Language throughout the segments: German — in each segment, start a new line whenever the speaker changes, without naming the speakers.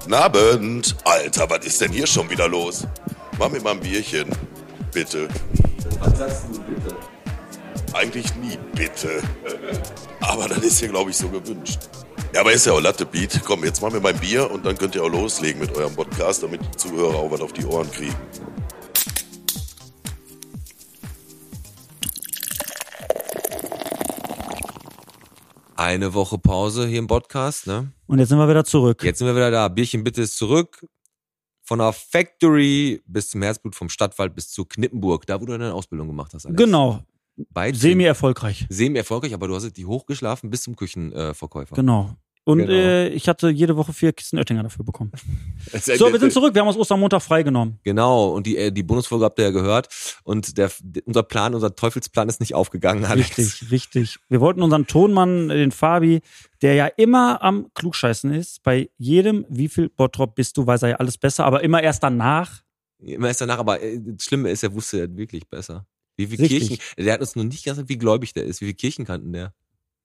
Guten Abend. Alter, was ist denn hier schon wieder los? Mach mir mal ein Bierchen. Bitte.
Was sagst du bitte?
Eigentlich nie bitte. Aber das ist hier, glaube ich, so gewünscht. Ja, aber ist ja auch Latte Beat. Komm, jetzt machen wir mal ein Bier und dann könnt ihr auch loslegen mit eurem Podcast, damit die Zuhörer auch was auf die Ohren kriegen.
Eine Woche Pause hier im Podcast, ne?
Und jetzt sind wir wieder zurück.
Jetzt sind wir wieder da. Bierchen bitte ist zurück. Von der Factory bis zum Herzblut, vom Stadtwald bis zu Knippenburg, da wo du deine Ausbildung gemacht hast. Alex.
Genau,
Bei
semi-erfolgreich.
Semi erfolgreich, aber du hast die hochgeschlafen bis zum Küchenverkäufer.
Genau. Und
Genau.
Äh, ich hatte jede Woche vier Kisten Oettinger dafür bekommen. So, wir sind zurück. Wir haben uns Ostermontag freigenommen.
Genau, und die, äh, die Bonusfolge habt ihr ja gehört. Und der, unser Plan, unser Teufelsplan ist nicht aufgegangen, Alex.
Richtig, richtig. Wir wollten unseren Tonmann, äh, den Fabi, der ja immer am Klugscheißen ist, bei jedem, wie viel Bottrop bist du, weiß er ja alles besser, aber immer erst danach.
Immer erst danach, aber äh, das Schlimme ist, er wusste ja wirklich besser. Wie viel
Richtig.
Kirchen, der hat uns noch nicht gesagt, wie gläubig der ist, wie viele Kirchen kannten der.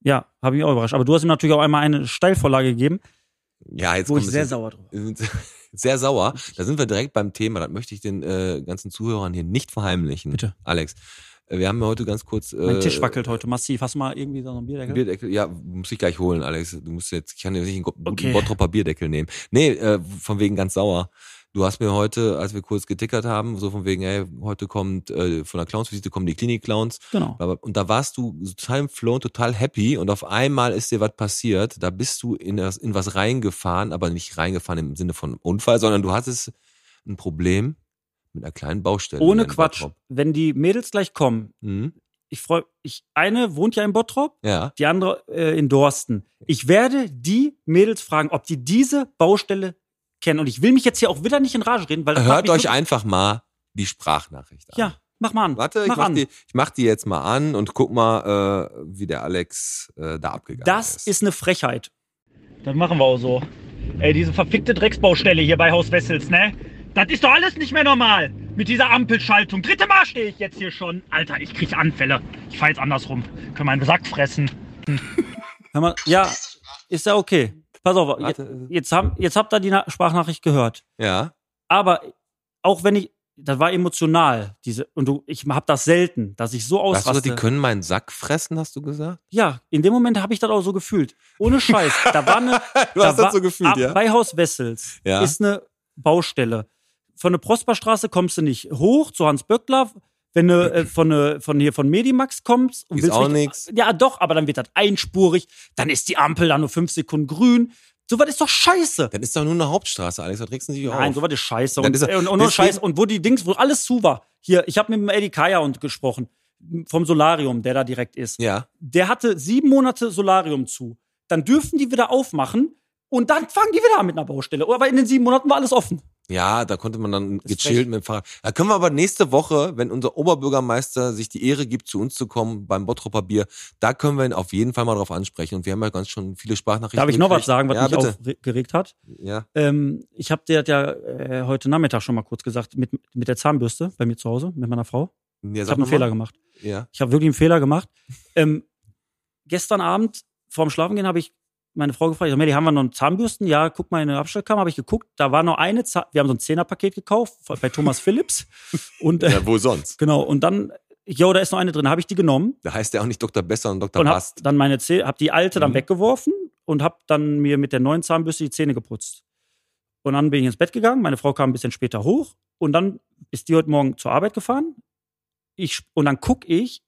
Ja, habe ich auch überrascht. Aber du hast ihm natürlich auch einmal eine Steilvorlage gegeben,
Ja, jetzt
wo
kommt
ich
es
sehr
jetzt-
sauer drüber.
sind sehr sauer. Da sind wir direkt beim Thema. Das möchte ich den äh, ganzen Zuhörern hier nicht verheimlichen.
Bitte.
Alex, äh, wir haben ja heute ganz kurz. Äh,
Mein Tisch wackelt heute massiv. Hast du mal irgendwie so einen Bierdeckel?
Bierdeckel, ja, muss ich gleich holen, Alex. Du musst jetzt, ich kann dir nicht einen guten
Okay.
Bottropper Bierdeckel nehmen. Nee, äh, von wegen ganz sauer. Du hast mir heute, als wir kurz getickert haben, so von wegen, ey, heute kommt äh, von der Clownsvisite kommen die Klinik-Clowns.
Genau.
Aber, und da warst du total im Flow und total happy und auf einmal ist dir was passiert. Da bist du in, das, in was reingefahren, aber nicht reingefahren im Sinne von Unfall, sondern du hattest ein Problem mit einer kleinen Baustelle.
Ohne
hier in
Quatsch.
Bottrop.
Wenn die Mädels gleich kommen,
Mhm.
ich freue ich eine wohnt ja in Bottrop,
Ja.
die andere äh, in Dorsten. Ich werde die Mädels fragen, ob die diese Baustelle kennen und ich will mich jetzt hier auch wieder nicht in Rage reden, weil das macht
Hört
mich
euch
wirklich-
einfach mal die Sprachnachricht an.
Ja, mach mal an.
Warte, ich
mach
mach,
an.
die, ich mach die jetzt mal an und guck mal, äh, wie der Alex äh, da abgegangen
das
ist.
ist eine Frechheit.
Dann machen wir auch so. Ey, diese verfickte Drecksbaustelle hier bei Haus Wessels, ne? Das ist doch alles nicht mehr normal. Mit dieser Ampelschaltung. Dritte Mal stehe ich jetzt hier schon. Alter, ich krieg Anfälle. Ich fahr jetzt andersrum. Können meinen Sack fressen.
Hör mal, ja, ist ja okay. Pass auf, jetzt,
Warte. äh.
jetzt, haben, jetzt habt ihr die Na Sprachnachricht gehört.
Ja.
Aber auch wenn ich, das war emotional, diese, und du, ich hab das selten, dass ich so
Hast du
ausraste.
gesagt, die können meinen Sack fressen, hast du gesagt?
Ja, in dem Moment habe ich das auch so gefühlt. Ohne Scheiß. Da war eine.
Du
da
hast das
war-
so gefühlt,
ab-
ja?
Bei Haus Wessels
Ja.
ist eine Baustelle. Von der Prosperstraße kommst du nicht hoch zu Hans Böckler. Wenn du äh, von, äh, von hier von Medimax kommst und
Ist
willst
auch
richtig-
nix.
Ja, doch, aber dann wird das einspurig. Dann ist die Ampel da nur fünf Sekunden grün. Sowas ist doch scheiße.
Dann ist doch nur eine Hauptstraße, Alex, da regst du dich auf.
Nein, sowas ist scheiße.
Dann
Und,
ist er-
äh, und, und, und
deswegen-
scheiße. Und wo die Dings, wo alles zu war. Hier, ich habe mit dem Eddie Kaya und gesprochen. Vom Solarium, der da direkt ist
ja.
der hatte sieben Monate Solarium zu. Dann dürfen die wieder aufmachen und dann fangen die wieder an mit einer Baustelle. Aber in den sieben Monaten war alles offen.
Ja, da konnte man dann
Ist
gechillt
frech.
mit dem Fahrrad. Da können wir aber nächste Woche, wenn unser Oberbürgermeister sich die Ehre gibt, zu uns zu kommen beim Bottroper Bier, da können wir ihn auf jeden Fall mal drauf ansprechen. Und wir haben ja ganz schon viele Sprachnachrichten.
Darf ich noch
gekriegt.
was sagen, was
ja,
mich
bitte.
aufgeregt hat?
Ja.
Ähm, ich habe dir das ja äh, heute Nachmittag schon mal kurz gesagt, mit, mit der Zahnbürste bei mir zu Hause, mit meiner Frau.
ja
Ich
sag
habe einen
mal.
Fehler gemacht.
Ja.
Ich habe wirklich einen Fehler gemacht. Ähm, gestern Abend vorm Schlafengehen habe ich meine Frau gefragt, ich sag, Melli, haben wir noch einen Zahnbürsten? Ja, guck mal in der Abstellkammer, habe ich geguckt, da war noch eine Zahn wir haben so ein Zehnerpaket gekauft bei Thomas Philips und äh,
ja, wo sonst?
Genau, und dann, jo, da ist noch eine drin, habe ich die genommen
Da heißt der auch nicht Dr. Besser und Dr.
und habe
Bast.
dann meine Zähne, habe die alte dann
Mhm.
weggeworfen und habe dann mir mit der neuen Zahnbürste die Zähne geputzt. Und dann bin ich ins Bett gegangen, meine Frau kam ein bisschen später hoch und dann ist die heute Morgen zur Arbeit gefahren. Ich, und dann guck ich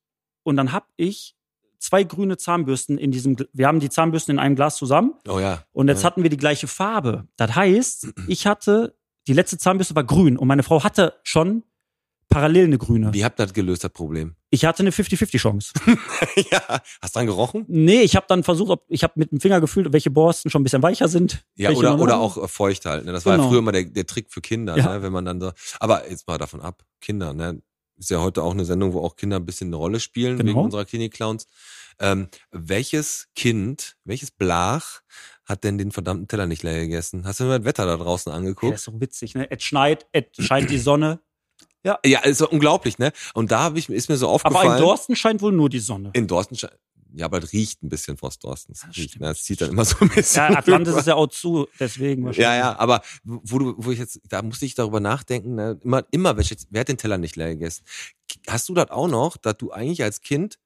und dann habe ich zwei grüne Zahnbürsten in diesem, Gl- wir haben die Zahnbürsten in einem Glas zusammen
Oh ja.
und jetzt
Ja.
hatten wir die gleiche Farbe. Das heißt, ich hatte, die letzte Zahnbürste war grün und meine Frau hatte schon parallel eine grüne.
Wie habt ihr das gelöst, das Problem?
Ich hatte eine 50-50-Chance.
ja. Hast du dran gerochen?
Nee, ich habe dann versucht, ob, ich habe mit dem Finger gefühlt, welche Borsten schon ein bisschen weicher sind.
Ja,
welche
oder,
noch-
oder auch äh, feucht halt. Ne? Das war ja
Genau.
früher immer der, der Trick für Kinder,
Ja.
ne? wenn man dann so. Aber jetzt mal davon ab, Kinder, ne? Ist ja heute auch eine Sendung, wo auch Kinder ein bisschen eine Rolle spielen,
Genau.
wegen unserer Klinik-Clowns. Ähm, welches Kind, welches Blach hat denn den verdammten Teller nicht leer gegessen? Hast du mir das Wetter da draußen
Ja,
angeguckt?
das ist doch witzig, ne? Es schneit, es scheint die Sonne.
Ja, ist doch unglaublich, ne? Und da hab ich, ist mir so
Aber
aufgefallen.
in Dorsten scheint wohl nur die Sonne.
In Dorsten. Ja, aber das riecht ein bisschen Frost Thorstens.
Ja,
Riecht,
stimmt.
ne? Es zieht dann immer so ein bisschen.
Ja, Atlantis ist ja auch zu, deswegen
Ja, ja, aber wo du, wo ich jetzt, da musste ich darüber nachdenken, ne? immer, immer, wenn ich jetzt, wer hat den Teller nicht leer gegessen? Hast du das auch noch, dass du eigentlich als Kind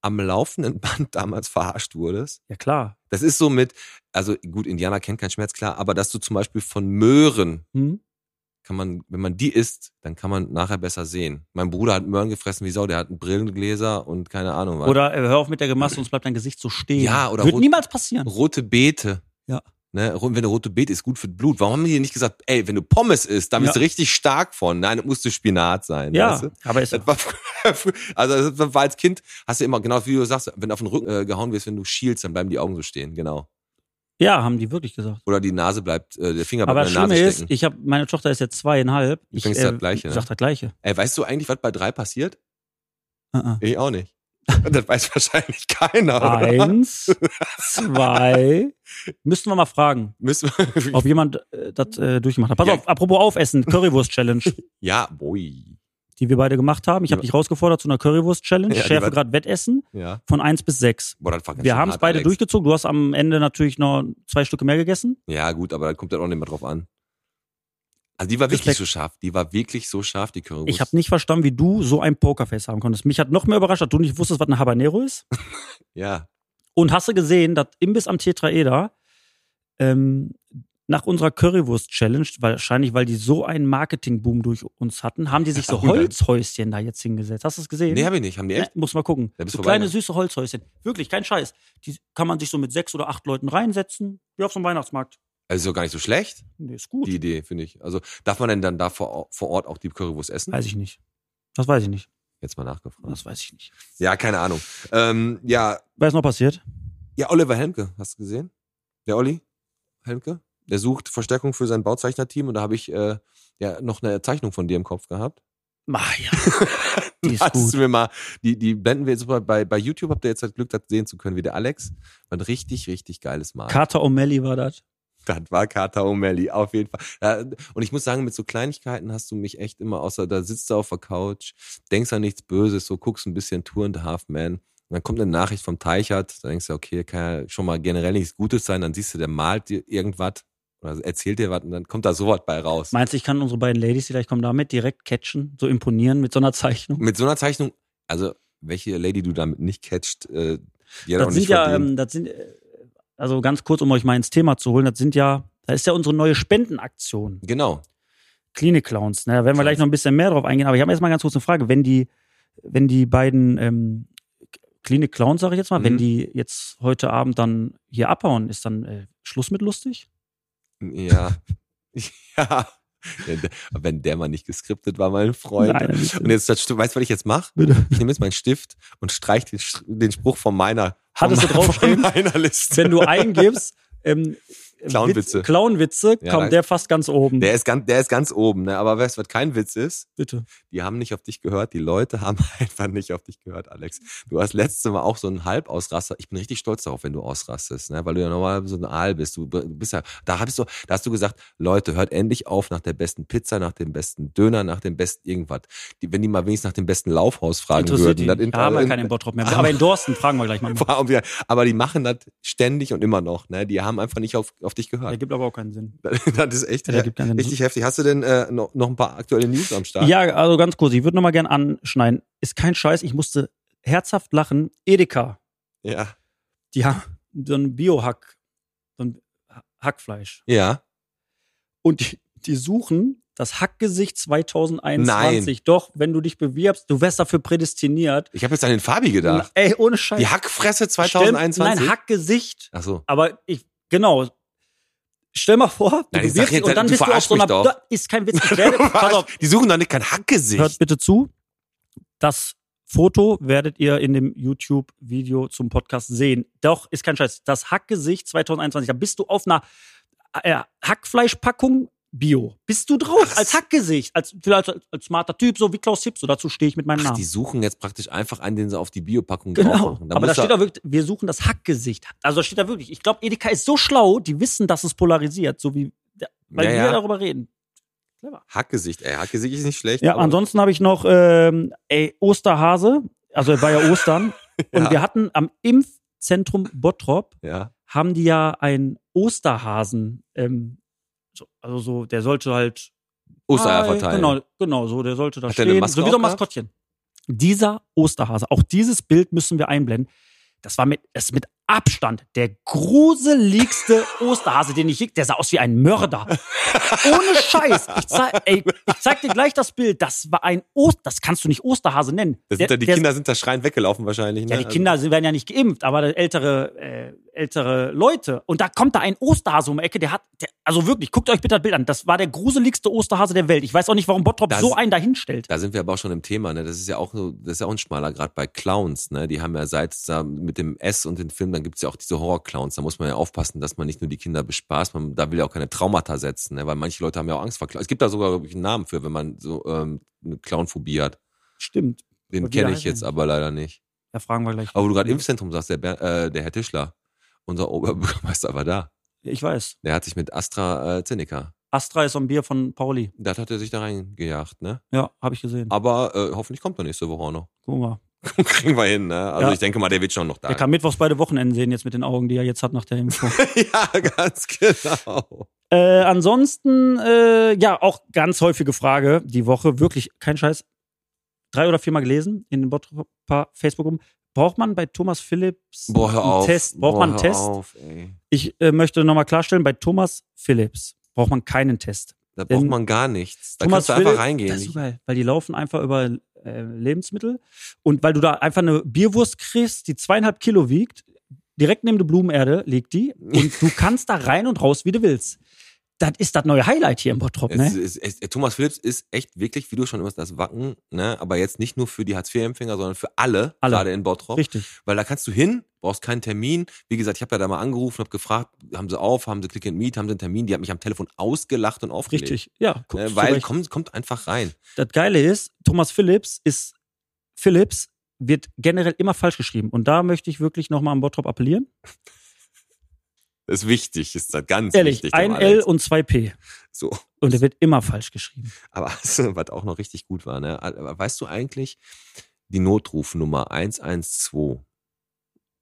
am laufenden Band damals verarscht wurdest?
Ja, klar.
Das ist so mit, also gut, Indianer kennt keinen Schmerz, klar, aber dass du zum Beispiel von Möhren,
Hm?
kann man, wenn man die isst, dann kann man nachher besser sehen. Mein Bruder hat Möhren gefressen wie Sau, der hat einen Brillengläser und keine Ahnung was.
Oder äh, hör auf mit der Gemasse, sonst bleibt dein Gesicht so stehen.
Ja, oder
Wird
rot-
niemals passieren.
Rote Beete.
Hm. Ja.
Ne, ro- wenn du rote Beete ist gut für das Blut. Warum haben die nicht gesagt, ey, wenn du Pommes isst, dann bist
Ja.
du richtig stark von. Nein, das musste Spinat sein.
Ja,
Weißt du?
aber ist,
Das war früher, früher- also das war als Kind, hast du immer, genau wie du sagst, wenn du auf den Rücken äh, gehauen wirst, wenn du schielst, dann bleiben die Augen so stehen, genau.
ja, haben die wirklich gesagt.
Oder die Nase bleibt, äh, der Finger
Aber
bleibt
das
in der
Schlimme
Nase
ist,
stecken.
ich habe meine Tochter ist jetzt zweieinhalb. Ich
fängst das Gleiche, ne?
Sag das Gleiche.
ey, weißt du eigentlich, was bei drei passiert?
Äh, äh.
Ich auch nicht. Das weiß wahrscheinlich keiner. Oder?
Eins, zwei. Müssten wir mal fragen,
Müssen wir,
ob jemand äh, das äh, durchgemacht hat. Pass
Ja.
auf, apropos Aufessen, Currywurst-Challenge,
ja, boi.
die wir beide gemacht haben. Ich habe
Ja.
dich rausgefordert zu einer Currywurst-Challenge,
Ja, die
Schärfe
war-
gerade Wettessen
Ja.
von eins bis sechs.
Boah, das war ganz
Wir
schön
haben es
hart,
beide
Alex.
durchgezogen. Du hast am Ende natürlich noch zwei Stücke mehr gegessen.
Ja, gut, aber da kommt dann auch nicht mehr drauf an. Also die war wirklich
Respekt.
so scharf. Die war wirklich so scharf, die Currywurst.
Ich habe nicht verstanden, wie du so ein Pokerface haben konntest. Mich hat noch mehr überrascht, dass du nicht wusstest, was ein Habanero ist.
Ja.
Und hast du gesehen, dass Imbiss am Tetraeder ähm, nach unserer Currywurst-Challenge, wahrscheinlich weil die so einen Marketingboom durch uns hatten, haben die sich so
Ja, oder?
Holzhäuschen da jetzt hingesetzt. Hast du es gesehen?
Nee, habe ich nicht. Haben die echt?
Ja, muss mal gucken.
Da bist
So
du vorbei,
kleine
ne?
süße Holzhäuschen. Wirklich, kein Scheiß. Die kann man sich so mit sechs oder acht Leuten reinsetzen, wie auf so einem Weihnachtsmarkt.
Also ist doch gar nicht so schlecht,
Nee, ist gut.
die Idee, finde ich. Also darf man denn dann da vor, Or- vor Ort auch die Currywurst essen?
Weiß ich nicht. Das weiß ich nicht.
Jetzt mal nachgefragt.
Das weiß ich nicht.
Ja, keine Ahnung. Ähm, ja,
Was ist noch passiert?
ja, Oliver Helmke, hast du gesehen? Der Olli Helmke? Der sucht Verstärkung für sein Bauzeichnerteam und da habe ich äh, ja noch eine Zeichnung von dir im Kopf gehabt.
Mach ja. Die ist
Hast
gut.
du mir mal, die, die blenden wir jetzt mal bei, bei YouTube, habt ihr jetzt das Glück, das sehen zu können, wie der Alex. War ein richtig, richtig geiles Mal.
Carter O'Malley war das.
Das war Kater O'Malley, auf jeden Fall. Ja, Und ich muss sagen, mit so Kleinigkeiten hast du mich echt immer, außer da sitzt du auf der Couch, denkst an nichts Böses, so guckst ein bisschen Tour and a Half Man. Und dann kommt eine Nachricht vom Teichert, da denkst du, okay, kann ja schon mal generell nichts Gutes sein, dann siehst du, der malt dir irgendwas oder erzählt dir was und dann kommt da sowas bei raus.
Meinst du, ich kann unsere beiden Ladies, vielleicht kommen damit, direkt catchen, so imponieren mit so einer Zeichnung?
Mit so einer Zeichnung, also welche Lady du damit nicht catcht, äh, die hat auch
Das
nicht
sind ja,
verdient.
ähm, das sind, äh, also ganz kurz, um euch mal ins Thema zu holen, das sind ja, da ist ja unsere neue Spendenaktion,
Genau.
Klinik-Clowns. Ne? Da werden wir gleich noch ein bisschen mehr drauf eingehen, aber ich habe jetzt mal ganz kurz eine Frage. Wenn die, wenn die beiden ähm, Klinik-Clowns, sage ich jetzt mal,
Mhm.
wenn die jetzt heute Abend dann hier abhauen, ist dann äh, Schluss mit lustig?
Ja. ja. Wenn der mal nicht geskriptet war, mein Freund.
Nein, das ist-
Und jetzt, das, Stift- weißt du, was ich jetzt mache? Ich nehme jetzt meinen Stift und streich den, Str- den Spruch von meiner, von
Hattest du
meiner-
draufstehen?
von meiner Liste.
Wenn du eingibst, ähm,
Clownwitze.
Witz- Clownwitze,
Ja,
kommt
da-
der fast ganz oben.
der ist ganz, der ist ganz oben, ne? Aber weißt du, was kein Witz ist?
Bitte.
Die haben nicht auf dich gehört. Die Leute haben einfach nicht auf dich gehört, Alex. Du hast letztes Mal auch so einen Halbausraster. Ich bin richtig stolz darauf, wenn du ausrastest, ne? Weil du ja normal so ein Aal bist. Du b- bist ja, da hast du, da hast du gesagt, Leute, hört endlich auf nach der besten Pizza, nach dem besten Döner, nach dem besten irgendwas. Die, wenn die mal wenigstens nach dem besten Laufhaus fragen
Interessiert
würden,
die.
das
Da haben wir
inter- Ah.
keinen Bottrop mehr. Aber in Dorsten fragen wir gleich mal.
Warum wir- Aber die machen das ständig und immer noch. Ne? Die haben einfach nicht auf, auf dich
Der
gehört.
gibt aber auch keinen Sinn.
Das ist echt
Ja, der gibt keinen Sinn.
richtig heftig. Hast du denn äh, noch, noch ein paar aktuelle News am Start?
Ja, also ganz kurz, ich würde nochmal gern anschneiden. Ist kein Scheiß, ich musste herzhaft lachen. Edeka,
Ja.
die haben so ein Biohack, so ein Hackfleisch.
Ja.
Und die, die suchen das Hackgesicht 2021. Doch, wenn du dich bewirbst, du wärst dafür prädestiniert.
Ich habe jetzt an den Fabi gedacht.
Ey, ohne Scheiß.
Die Hackfresse
Stell,
2021.
nein, Hackgesicht.
Ach so.
Aber ich, genau. Stell mal vor, du
Nein, ich sag
bewirbst
jetzt,
dich und dann
du
bist du auf
verarschst
so einer.
mich doch.
Da ist kein Witz. Ich werde, pass auf,
Die suchen doch nicht kein Hackgesicht.
Hört bitte zu. Das Foto werdet ihr in dem YouTube-Video zum Podcast sehen. Doch, ist kein Scheiß. Das Hackgesicht 2021, da bist du auf einer äh, Hackfleischpackung Bio. Bist du drauf als Hackgesicht, als, vielleicht als, als smarter Typ, so wie Klaus Hipp, so dazu stehe ich mit meinem
Ach, die
Namen.
suchen jetzt praktisch einfach einen, den sie auf die Biopackung drauf
Genau.
machen.
Aber da
muss
steht
er-
da wirklich, wir suchen das Hackgesicht. Also da steht da wirklich, ich glaube, Edeka ist so schlau, die wissen, dass es polarisiert, so wie, weil
Ja,
wir
ja.
darüber reden.
Hackgesicht, ey. Hackgesicht ist nicht schlecht.
Ja,
aber-
ansonsten habe ich noch ähm, ey, Osterhase. Also war ja Ostern. Und
Ja.
wir hatten am Impfzentrum Bottrop
Ja.
haben die ja einen Osterhasen, ähm, so, also so, der sollte halt
Ostereier
Hi,
verteilen.
Genau, genau, so, der sollte da
Hat der eine
stehen.
Maske
So wie so ein
auch gehabt?
Maskottchen. Dieser Osterhase, auch dieses Bild müssen wir einblenden. Das war mit, das ist mit Abstand der gruseligste Osterhase, den ich je, der sah aus wie ein Mörder. Ohne Scheiß. Ich zeig, ey, ich zeig dir gleich das Bild. Das war ein Oster, das kannst du nicht Osterhase nennen.
Da sind
Der-
da, die
der-
Kinder sind da schreiend weggelaufen wahrscheinlich. Ne?
ja, die Kinder sind- werden ja nicht geimpft, aber ältere, äh, ältere Leute. Und da kommt da ein Osterhase um die Ecke, der hat, der, also wirklich, guckt euch bitte das Bild an. Das war der gruseligste Osterhase der Welt. Ich weiß auch nicht, warum Bottrop
Das-
so einen dahinstellt.
Da sind wir aber auch schon im Thema, ne? Das ist ja auch so, das ist ja auch ein schmaler Grad bei Clowns, ne? Die haben ja seit da mit dem S und den Film, dann gibt's ja auch diese Horror-Clowns. Da muss man ja aufpassen, dass man nicht nur die Kinder bespaßt, man da will ja auch keine Traumata setzen, ne? Weil manche Leute haben ja auch Angst vor Clowns. Es gibt da sogar wirklich einen Namen für, wenn man so ähm, eine Clownphobie hat.
Stimmt.
Den
Und wie
kenne
der
ich
heißt
jetzt
denn?
aber leider nicht.
Da fragen wir gleich.
Aber wo du gerade Impfzentrum sagst, der, Ber äh, der Herr Tischler, unser Oberbürgermeister war da.
Ich weiß.
Der hat sich mit AstraZeneca,
Astra ist so ein Bier von Pauli.
das hat er sich da reingejagt, ne?
Ja, habe ich gesehen.
Aber äh, hoffentlich kommt er nächste Woche auch noch.
Guck mal.
Kriegen wir hin, ne? Also
Ja.
ich denke mal, der wird schon noch da.
Der kann mittwochs beide Wochenenden sehen jetzt mit den Augen, die er jetzt hat nach der Impfung.
ja, ganz genau.
Äh, ansonsten, äh, ja, auch ganz häufige Frage die Woche, wirklich kein Scheiß. Drei oder viermal gelesen in den Bottroper Facebook-Gruppen. Braucht man bei Thomas Phillips
Boah, hör
einen
auf.
Test? Braucht
Boah,
man einen
hör
Test?
Auf, ey.
Ich äh, möchte nochmal klarstellen, bei Thomas Phillips braucht man keinen Test.
Da braucht
Denn
man gar nichts. Da
Thomas
kannst du einfach
Philipp, Das
reingehen.
ist so geil, weil die laufen einfach über äh, Lebensmittel und weil du da einfach eine Bierwurst kriegst, die zweieinhalb Kilo wiegt, direkt neben der Blumenerde liegt die und du kannst da rein und raus, wie du willst. Das ist das neue Highlight hier im Bottrop,
Es
ne?
ist, es ist, Thomas Phillips ist echt wirklich, wie du schon immer sagst, das Wacken, ne? aber jetzt nicht nur für die Hartz-IV-Empfänger, sondern für alle,
Alle.
gerade in Bottrop.
Richtig.
Weil da kannst du hin, brauchst keinen Termin. Wie gesagt, ich habe ja da mal angerufen, habe gefragt, haben sie auf, haben sie Click and Meet, haben sie einen Termin. Die haben mich am Telefon ausgelacht und aufgelegt.
Richtig. Ja, guck,
Ne?
ne,
Weil, kommt, kommt einfach rein.
das Geile ist, Thomas Phillips ist Phillips wird generell immer falsch geschrieben und da möchte ich wirklich nochmal am Bottrop appellieren.
Das ist wichtig, ist das ganz
Ehrlich,
wichtig. dem
ein
Alex.
L und zwei P
So.
und er wird immer falsch geschrieben.
Aber was auch noch richtig gut war, ne? Aber Weißt du eigentlich, die Notrufnummer 112,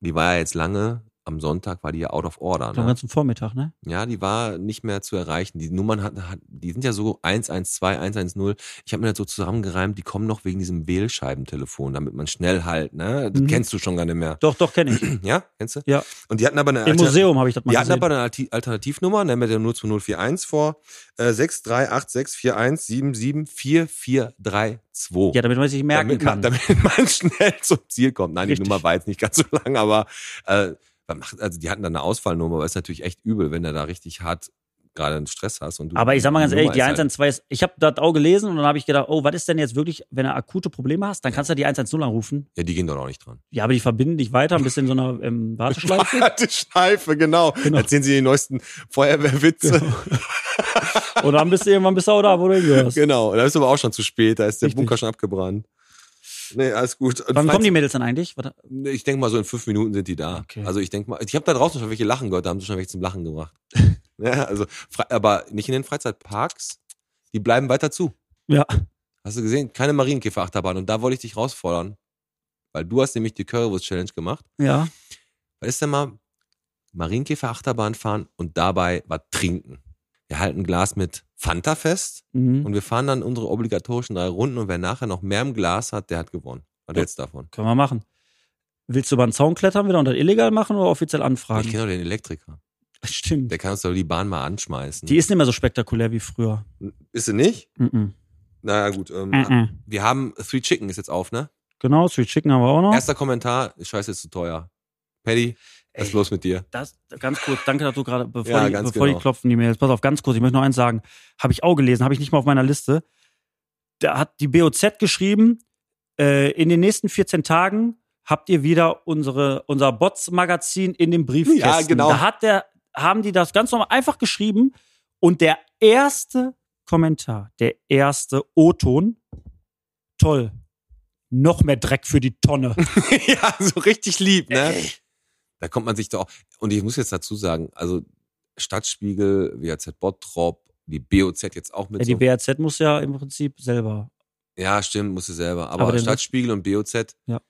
die war ja jetzt lange, am Sonntag war die ja out of order,
Den
ne?
ganzen Vormittag, ne?
Ja, die war nicht mehr zu erreichen. Die Nummern hat, hat, die sind ja so 112, 110. Ich habe mir das so zusammengereimt, die kommen noch wegen diesem Wählscheibentelefon, damit man schnell halt, ne? Das
Mhm.
kennst du schon gar nicht mehr.
Doch, doch, kenne ich.
Ja, kennst du?
Ja.
Und die hatten aber eine
Im
Alter-
Museum habe ich das mal
die hatten
gesehen.
aber eine Alti- Alternativnummer, nennen wir der 02041 vor, äh, 6386417744332.
ja, damit man sich merken
damit,
kann.
man, damit man schnell zum Ziel kommt. Nein,
Richtig.
die Nummer war jetzt nicht ganz so lang, aber äh, man macht, also die hatten da eine Ausfallnummer, aber ist natürlich echt übel, wenn du da richtig hart gerade einen Stress hast. Und du,
aber ich sag mal ganz ehrlich, die
Nummer ist halt-
112 ist, ich habe das auch gelesen und dann habe ich gedacht, oh, was ist denn jetzt wirklich, wenn du akute Probleme hast, dann kannst du die 110 anrufen.
Halt, ja, die gehen doch auch nicht dran.
Ja, aber die verbinden dich weiter, ein bisschen in so einer ähm, Warteschleife.
Alte Schleife, genau.
Genau.
Erzählen sie die neuesten Feuerwehrwitze. Genau.
und dann bist du irgendwann bist du auch da, wo du hingehörst.
Genau. Da ist aber auch schon zu spät, da ist der
Richtig.
Bunker schon abgebrannt. Nee, alles gut. Und
Wann
falls-
kommen die Mädels dann eigentlich? Warte.
Nee, Ne, Ich denke mal, so in fünf Minuten sind die da.
Okay.
Also ich denke mal, ich habe da draußen schon welche lachen gehört, da haben sie schon welche zum Lachen gebracht. ja, also, Fre- aber nicht in den Freizeitparks, die bleiben weiter zu.
Ja.
Hast du gesehen? Keine Marienkäferachterbahn. Und da wollte ich dich herausfordern, weil du hast nämlich die Currywurst-Challenge gemacht.
Ja.
Was ist denn mal Marienkäferachterbahn fahren und dabei was trinken? Wir halten ein Glas mit Fanta fest
Mhm.
und wir fahren dann unsere obligatorischen drei Runden und wer nachher noch mehr im Glas hat, der hat gewonnen. Und
Ja.
jetzt davon.
Können wir machen. Willst du über den Zaun klettern wieder und das illegal machen oder offiziell
Ich
anfragen?
kenne doch den Elektriker.
Stimmt.
Der kann uns doch die Bahn mal anschmeißen.
Die ist nicht mehr so spektakulär wie früher.
ist sie nicht?
Mhm.
Naja, gut. Ähm,
Mhm.
Wir haben Three Chicken ist jetzt auf, ne?
Genau, Sweet Chicken haben wir auch noch.
Erster Kommentar, scheiße, ist zu teuer. Paddy, was
Ey.
ist los mit dir?
das, ganz kurz, danke, dass du gerade, bevor,
Ja,
die,
ganz
bevor
genau.
die klopfen, die mir jetzt, pass auf, ganz kurz, ich möchte noch eins sagen, habe ich auch gelesen, habe ich nicht mal auf meiner Liste. Da hat die BOZ geschrieben, äh, in den nächsten 14 Tagen habt ihr wieder unsere, unser Bots-Magazin in dem Briefkasten.
Ja, genau.
Da hat der, haben die das ganz normal einfach geschrieben und der erste Kommentar, der erste O-Ton, toll, noch mehr Dreck für die Tonne.
ja, so richtig lieb, ne? Da kommt man sich doch auch. Und ich muss jetzt dazu sagen, also Stadtspiegel, WAZ Bottrop, die BOZ jetzt auch mit.
ja, Äh, die
so,
BRZ muss ja im Prinzip selber
ja, stimmt, musste selber. Aber,
Aber den-
Stadtspiegel und BOZ,
Ja.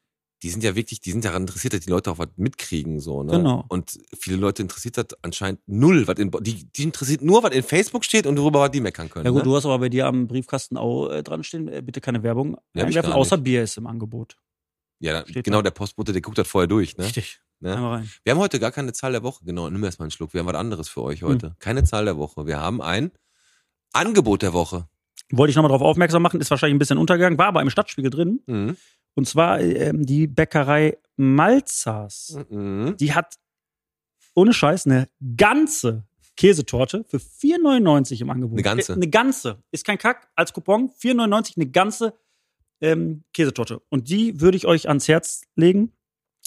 die sind ja wirklich, die sind daran interessiert, dass die Leute auch was mitkriegen, so, ne?
Genau.
Und viele Leute interessiert das anscheinend null, was in, die, die interessiert nur, was in Facebook steht und worüber die meckern können.
Ja gut,
ne?
du hast aber bei dir am Briefkasten auch äh, dran stehen, äh, bitte keine Werbung
Ja, hab ich
einwerfen,
gar nicht.
außer Bier ist im Angebot.
ja dann,
steht
genau,
da.
der Postbote, der guckt das vorher durch, ne?
Richtig.
ne?
Einmal rein.
Wir haben heute gar keine Zahl der Woche. Genau, nimm erst mal einen Schluck. Wir haben was anderes für
Hm.
euch heute. Keine Zahl der Woche. Wir haben ein Angebot der Woche.
Wollte ich nochmal darauf aufmerksam machen, ist wahrscheinlich ein bisschen Untergang, war aber im Stadtspiegel drin.
Mhm.
Und zwar äh, ähm, die Bäckerei Malzers.
Mhm.
Die hat ohne Scheiß eine ganze Käsetorte für 4,99 im Angebot.
Eine ganze?
Äh, Eine ganze. Ist kein Kack. Als Coupon 4,99 eine ganze ähm, Käsetorte. Und die würde ich euch ans Herz legen,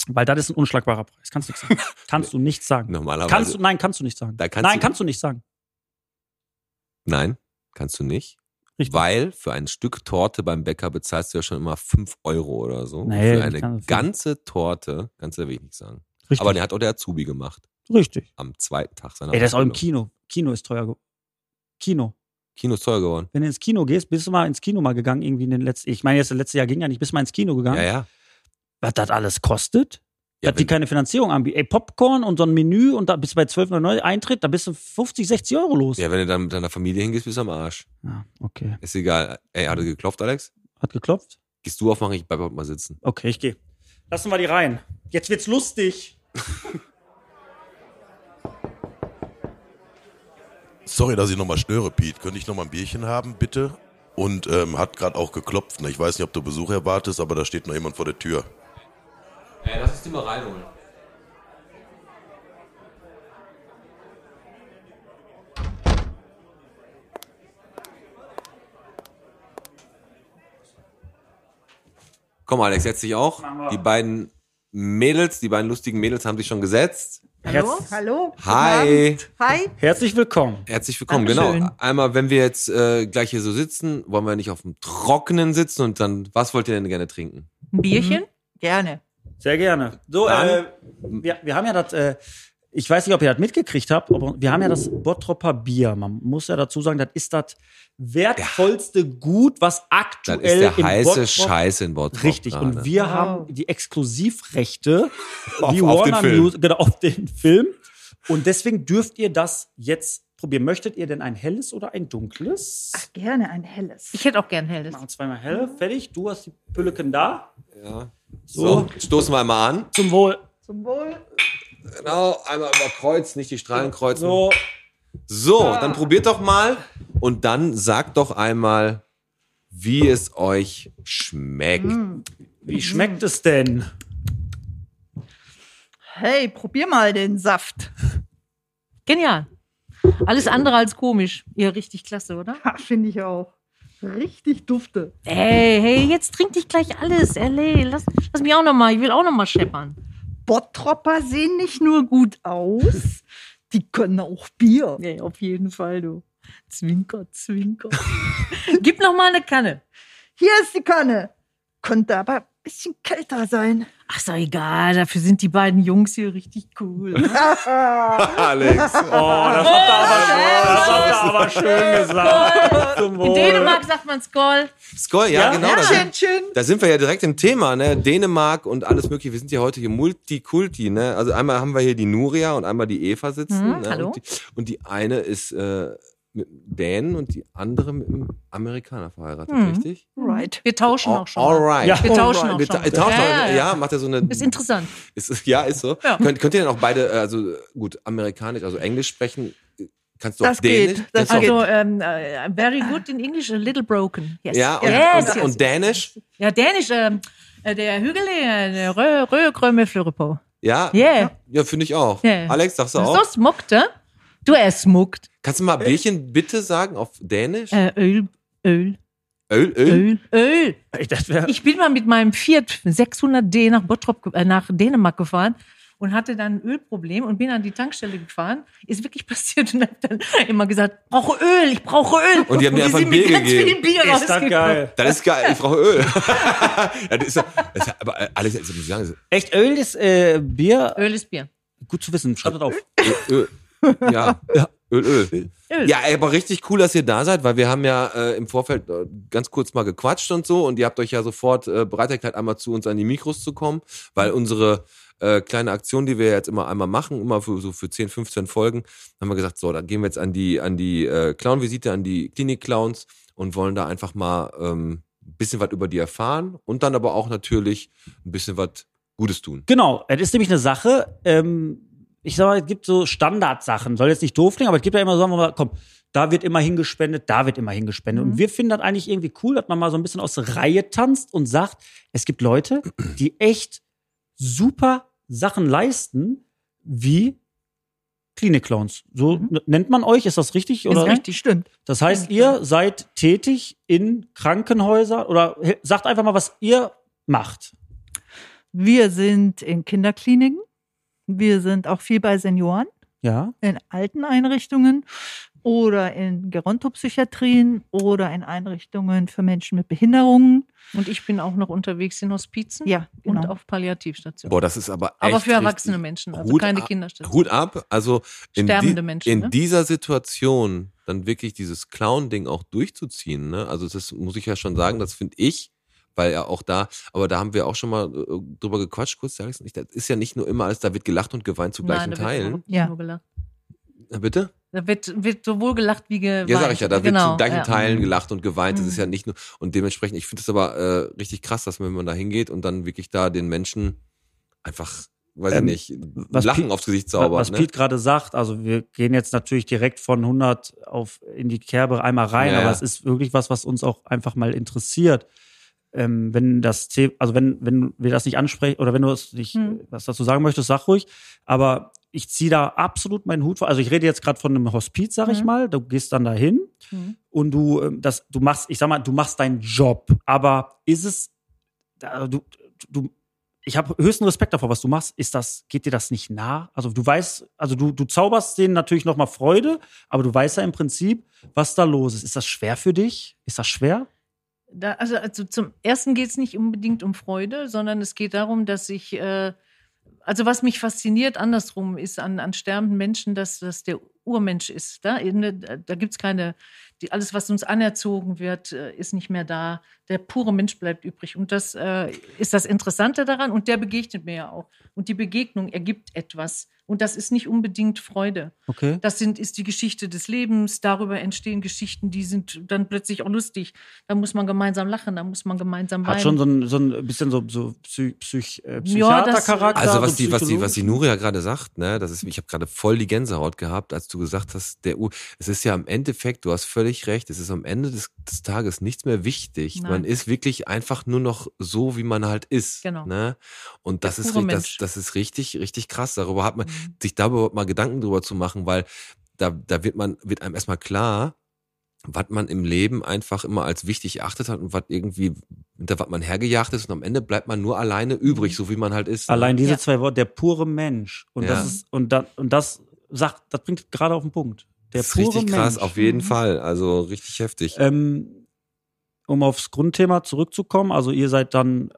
weil das ist ein unschlagbarer Preis. Kannst du nichts sagen. Kannst du nichts sagen.
Normalerweise.
Kannst du, nein, kannst du nicht sagen.
also Da kannst
nein,
du-
kannst du nicht sagen.
Nein, kannst du nicht.
Richtig.
Weil für ein Stück Torte beim Bäcker bezahlst du ja schon immer 5 Euro oder so. Und
Nee,
für
ich
eine
kann-
ganze Torte kannst du ja wenig sagen.
Richtig.
Aber der hat auch der genau. Azubi gemacht.
Richtig.
Am zweiten Tag seiner
Ey, das ist auch im
Ausbildung.
Kino. Kino ist teuer. ge- Kino.
Kino ist teuer geworden.
Wenn du ins Kino gehst, bist du mal ins Kino mal gegangen, irgendwie in den letzten, ich meine, jetzt das letzte Jahr ging ja nicht, bist du mal ins Kino
Ja,
gegangen.
ja. ja
Was das alles kostet? dass die
wenn-
keine Finanzierung anbieten. Ey, Popcorn und so ein Menü und da bist du bei 12,99 Eintritt, da bist du 50, 60 Euro los.
ja, wenn du dann mit deiner Familie hingehst, bist du am Arsch.
Ah, okay.
Ist egal. Ey, hat er geklopft, Alex?
Hat geklopft?
Gehst du aufmachen, ich bleib heute mal sitzen.
Okay, ich gehe. Lassen wir die rein. Jetzt wird's lustig.
Sorry, dass ich nochmal störe, Pete. Könnte ich nochmal ein Bierchen haben, bitte? Und ähm, hat gerade auch geklopft. Ne? Ich weiß nicht, ob du Besuch erwartest, aber da steht noch jemand vor der Tür.
Ey, Äh, lass uns die mal reinholen. Komm, Alex, setz dich auch. Die beiden Mädels, die beiden lustigen Mädels haben sich schon gesetzt.
Hallo,
Herz-
hallo. guten
Hi.
Abend. Hi.
Herzlich willkommen.
Herzlich willkommen,
Dankeschön.
genau. Einmal, wenn wir jetzt äh, gleich hier so sitzen, wollen wir nicht auf dem Trockenen sitzen und dann, was wollt ihr denn gerne trinken?
Ein Bierchen? Gerne.
Sehr gerne. So,
Dann-
äh, wir, wir haben ja das, äh, ich weiß nicht, ob ihr das mitgekriegt habt, aber wir haben ja das Bottropper Bier. Man muss ja dazu sagen, das ist das wertvollste Gut, was
Das
aktuell
ist der
im
heiße
Bottrop-
Scheiß in Bottrop.
Richtig.
gerade.
Und wir
Wow.
haben die Exklusivrechte
Auf-
wie
auf den
Warner
Film.
News genau, auf den Film. Und deswegen dürft ihr das jetzt probieren. Möchtet ihr denn ein helles oder ein dunkles?
Gerne ein helles.
Ich hätte auch gern helles.
Machen zweimal helle. Fertig. Du hast die Pülleken da.
Ja.
So.
So, stoßen wir einmal an.
Zum Wohl.
Zum Wohl.
Genau, einmal über Kreuz, nicht die
Genau.
Strahlen kreuzen. So,
So.
dann probiert doch mal und dann sagt doch einmal, wie es euch schmeckt.
Mm.
Wie schmeckt es denn?
Hey, probier mal den Saft.
Genial. Alles andere als komisch. Ihr richtig klasse, oder?
Ha, Finde ich auch. Richtig dufte.
Hey, hey, jetzt trink dich gleich alles. Ey, lass, lass mich auch noch mal. Ich will auch noch mal scheppern.
Bottropper sehen nicht nur gut aus, die können auch Bier.
Nee, auf jeden Fall, du. Zwinker, zwinker. Gib noch mal eine Kanne.
Hier ist die Kanne. Könnte aber ein bisschen kälter sein.
Ach, ist doch egal. Dafür sind die beiden Jungs hier richtig cool.
Alex.
Oh, das habt ihr aber,
Äh,
das habt ihr aber schön gesagt. Zum
In Dänemark sagt man Skoll.
Skoll, ja,
Ja,
genau. Da sind,
schön.
da sind wir ja direkt im Thema, ne? Dänemark und alles mögliche. Wir sind ja heute hier Multikulti, ne? Also einmal haben wir hier die Nuria und einmal die Eva sitzen.
Mhm,
ne?
hallo.
Und, die, und die eine ist äh, mit einem Dänen und die andere mit einem Amerikaner verheiratet,
Mhm.
richtig?
Right.
Wir tauschen auch schon. mal.
Alright.
Ja.
Wir tauschen auch
Wir
schon.
ta- äh,
mal.
tauschen auch-
Ja, ja, ja.
ja, macht er so eine
Ist interessant.
Ist, es- ja, ist so.
Ja.
Könnt, könnt ihr denn auch beide, äh, also gut, amerikanisch, also Englisch sprechen? Kannst du
Das
auch
geht,
Dänisch?
das
Kannst du
Also, ähm, äh, very good in English, a little broken. Yes.
Ja, und,
yes,
und,
yes.
und Dänisch?
ja, Dänisch, ähm, äh, der Hügel, äh, der Rö, Rö, Kröme, Flörepo.
Ja,
Yeah.
ja finde ich auch.
Ja.
Alex, sagst du
So
auch?
smuckt, äh? Du, er smuckt.
Kannst du mal Bierchen bitte sagen auf Dänisch?
Äh, Öl, Öl,
Öl, Öl?
Öl, Öl.
Ey, das wär,
Ich bin mal mit meinem Fiat 600D nach Bottrop, ge- äh, nach Dänemark gefahren und hatte dann ein Ölproblem und bin an die Tankstelle gefahren. Ist wirklich passiert und habe dann immer gesagt, brauche Öl, ich brauche Öl.
Und die haben dir einfach
sind
ein
mit
Bier
ganz
gegeben.
viel Bier
ist das
rausgekommen.
geil.
Das ist geil, ich brauche Öl. ja, das ist, ja- das ist, ja- aber äh, Alex, das muss ich sagen, das
Echt Öl ist äh, Bier?
Öl ist Bier.
Gut zu wissen. Schreibt das auf.
ist Öl. Ja. Öl, Öl.
Öl.
Ja, ey, aber richtig cool, dass ihr da seid, weil wir haben ja äh, im Vorfeld äh, ganz kurz mal gequatscht und so und ihr habt euch ja sofort äh, bereit erklärt, einmal zu uns an die Mikros zu kommen, weil unsere äh, kleine Aktion, die wir jetzt immer einmal machen, immer für, so für 10, 15 Folgen, haben wir gesagt, so, dann gehen wir jetzt an die, an die äh, Clown-Visite, an die Klinik-Clowns und wollen da einfach mal ähm, ein bisschen was über die erfahren und dann aber auch natürlich ein bisschen was Gutes tun.
Genau, es ist nämlich eine Sache, ähm, ich sag mal, es gibt so Standardsachen, soll jetzt nicht doof klingen, aber es gibt ja immer so, wo man sagt, komm, da wird immer hingespendet, da wird immer hingespendet.
Mhm.
Und wir finden das eigentlich irgendwie cool, dass man mal so ein bisschen aus der Reihe tanzt und sagt, es gibt Leute, die echt super Sachen leisten, wie Klinik-Clowns. So n- nennt man euch, ist das richtig? Oder?
Mhm. Ist richtig, stimmt.
Das heißt, ihr seid tätig in Krankenhäusern oder he- sagt einfach mal, was ihr macht.
Wir sind in Kinderkliniken. Wir sind auch viel bei Senioren.
Ja.
in alten Einrichtungen oder in Gerontopsychiatrien oder in Einrichtungen für Menschen mit Behinderungen.
Und ich bin auch noch unterwegs in Hospizen
Ja,
und
genau.
auf Palliativstationen.
Boah, das ist aber echt
Aber für
richtig-
erwachsene
Ah,
Menschen, also
Hut
keine
ab-
Kinderstationen.
Hut ab, also in,
Sterbende
die,
Menschen,
in
ne?
dieser Situation dann wirklich dieses Clown-Ding auch durchzuziehen. Ne? Also das muss ich ja schon sagen, das finde ich, weil ja auch da, aber da haben wir auch schon mal äh, drüber gequatscht, kurz, Alex und ich, das ist ja nicht nur immer alles, da wird gelacht und geweint zu gleichen
Nein, da wird
Teilen.
überhaupt nicht
Ja.
nur gelacht.
Na, Bitte?
Da wird, wird sowohl gelacht wie geweint.
Ja, sag ich ja, da wird
Genau,
zu gleichen
ja.
Teilen gelacht und geweint. Das
Mhm.
ist ja nicht nur, und dementsprechend, ich finde es aber äh, richtig krass, dass man, wenn man da hingeht und dann wirklich da den Menschen einfach, weiß
Ähm,
ich nicht,
was
Lachen
Piet-
aufs Gesicht zaubert.
was
ne?
Piet gerade sagt, also wir gehen jetzt natürlich direkt von 100 auf in die Kerbe einmal rein,
Ja,
aber
ja.
es ist wirklich was, was uns auch einfach mal interessiert. Ähm, wenn das, The- also wenn, wenn wir das nicht ansprechen oder wenn du es nicht,
Hm.
äh, was dazu sagen möchtest, sag ruhig. Aber ich ziehe da absolut meinen Hut vor. Also ich rede jetzt gerade von einem Hospiz, sag ich
Hm.
mal. Du gehst dann dahin
Hm.
und du, ähm, das, du machst, ich sag mal, du machst deinen Job. Aber ist es, also du, du, ich habe höchsten Respekt davor, was du machst. Ist das, geht dir das nicht nah? Also du weißt, also du, du zauberst denen natürlich nochmal Freude, aber du weißt ja im Prinzip, was da los ist. Ist das schwer für dich? Ist das schwer?
Da, also, also zum ersten geht es nicht unbedingt um Freude, sondern es geht darum, dass ich, äh, also was mich fasziniert andersrum ist an, an sterbenden Menschen, dass das der Urmensch ist. Da, ne, da gibt es keine, die, alles, was uns anerzogen wird, äh, ist nicht mehr da. Der pure Mensch bleibt übrig. Und das äh, ist das Interessante daran. Und der begegnet mir ja auch. Und die Begegnung ergibt etwas. Und das ist nicht unbedingt Freude.
Okay.
Das sind, ist die Geschichte des Lebens. Darüber entstehen Geschichten, die sind dann plötzlich auch lustig. Da muss man gemeinsam lachen, da muss man gemeinsam weinen.
Hat schon so ein, so ein bisschen so, so Psy, Psych, äh,
Ja, das-
Psychiatercharakter.
Also was
so
die, was die, was die
psychologisch.
Nuria gerade sagt, ne, das ist, ich habe gerade voll die Gänsehaut gehabt, als du gesagt hast, der U. Es ist ja im Endeffekt, du hast völlig recht, es ist am Ende des, des Tages nichts mehr wichtig.
Nein.
Man ist wirklich einfach nur noch so, wie man halt ist.
Genau.
Ne? Und das ist
pure
richtig, das,
Mensch.
das ist richtig, richtig krass. Darüber hat man
Mhm.
sich da überhaupt mal Gedanken drüber zu machen, weil da, da wird man, wird einem erstmal klar, was man im Leben einfach immer als wichtig erachtet hat und was irgendwie, hinter was man hergejagt ist und am Ende bleibt man nur alleine
Mhm.
übrig, so wie man halt ist. ne?
Allein diese
Ja.
zwei Worte, der pure Mensch. Und
Ja.
das ist, und, da, und das sagt, das bringt gerade auf den Punkt. Der
das ist
pure
richtig
Mensch.
krass, auf jeden Fall. Also richtig heftig.
Ähm, um aufs Grundthema zurückzukommen, also ihr seid dann,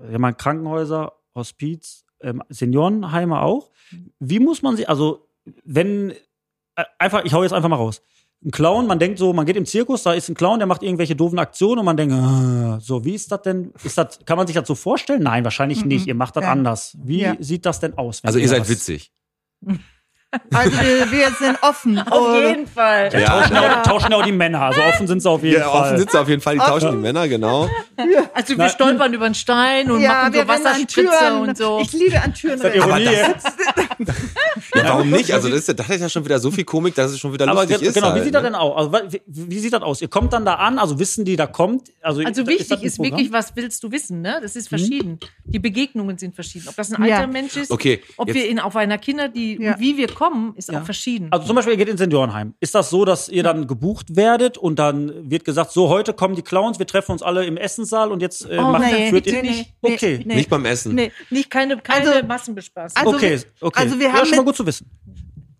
äh, ja, mal Krankenhäuser, Hospiz, ähm, Seniorenheime auch. Wie muss man sich, also wenn, äh, einfach, ich hau jetzt einfach mal raus. Ein Clown, man denkt so, man geht im Zirkus, da ist ein Clown, der macht irgendwelche doofen Aktionen und man denkt, ah, so, wie ist das denn? Ist das, kann man sich das so vorstellen? Nein, wahrscheinlich
Mhm.
nicht. Ihr macht das
Nein.
anders. Wie
Ja.
sieht das denn aus? wenn
also ihr seid
das-
witzig.
Also wir, wir sind offen.
Auf jeden Fall.
Ja,
Tauschen auch, tauschen auch die Männer, also offen sind sie auf jeden
ja
Fall.
offen sitzt auf jeden Fall, die tauschen die
Ja.
Männer, genau.
Also wir
Na-
stolpern über den Stein und
ja,
machen
wir
so
rennen an
Wasserspritze
Türen.
und so.
Ich liebe an Türen.
Das ist ja
rennen.
Aber
Ironie.
das, ja, warum nicht? Also das ist, ja- das ist ja schon wieder so viel Komik, dass es schon wieder
Aber
lustig
ge-
ist.
genau,
halt,
wie sieht das denn aus? Also, wa- wie, wie sieht das aus? Ihr kommt dann da an, also wissen die, da kommt. Also,
also
da-
wichtig
das ein
ist,
Programm? Mhm.
wirklich, was willst du wissen? Ne? Das ist verschieden. Die Begegnungen sind verschieden. Ob das ein
Ja.
alter Mensch ist,
Okay,
ob
jetzt-
wir in, auf einer Kinder, die
Ja.
und wie wir kommen, ist
Ja.
auch verschieden.
Also zum Beispiel, ihr geht ins Seniorenheim. Ist das so, dass ihr dann gebucht werdet und dann wird gesagt, so heute kommen die Clowns, wir treffen uns alle im Essenssaal und jetzt äh,
Oh,
macht,
nee,
führt ihr
bitte
nicht.
nicht.
Okay.
Nee.
Nicht beim Essen.
Nee.
Nicht keine, keine
Also-
Massenbespaßung.
Also
okay, okay.
also wir
ja,
haben
schon mal
mit-
gut zu wissen.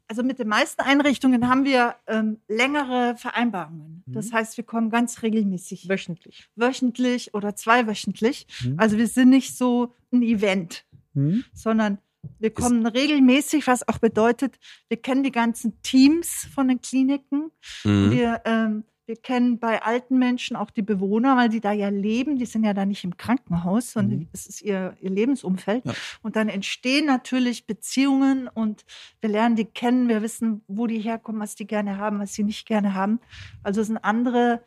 Also mit den meisten Einrichtungen haben wir ähm, längere Vereinbarungen.
Mhm.
Das heißt, wir kommen ganz regelmäßig,
wöchentlich.
wöchentlich oder zweiwöchentlich.
Mhm.
Also wir sind nicht so ein Event,
Hm?
sondern Wir kommen regelmäßig, was auch bedeutet, wir kennen die ganzen Teams von den Kliniken.
Mhm.
Wir, ähm, wir kennen bei alten Menschen auch die Bewohner, weil die da ja leben. Die sind ja da nicht im Krankenhaus, sondern es ist ihr, ihr Lebensumfeld.
Ja.
Und dann entstehen natürlich Beziehungen und wir lernen die kennen. Wir wissen, wo die herkommen, was die gerne haben, was sie nicht gerne haben. Also es ist eine andere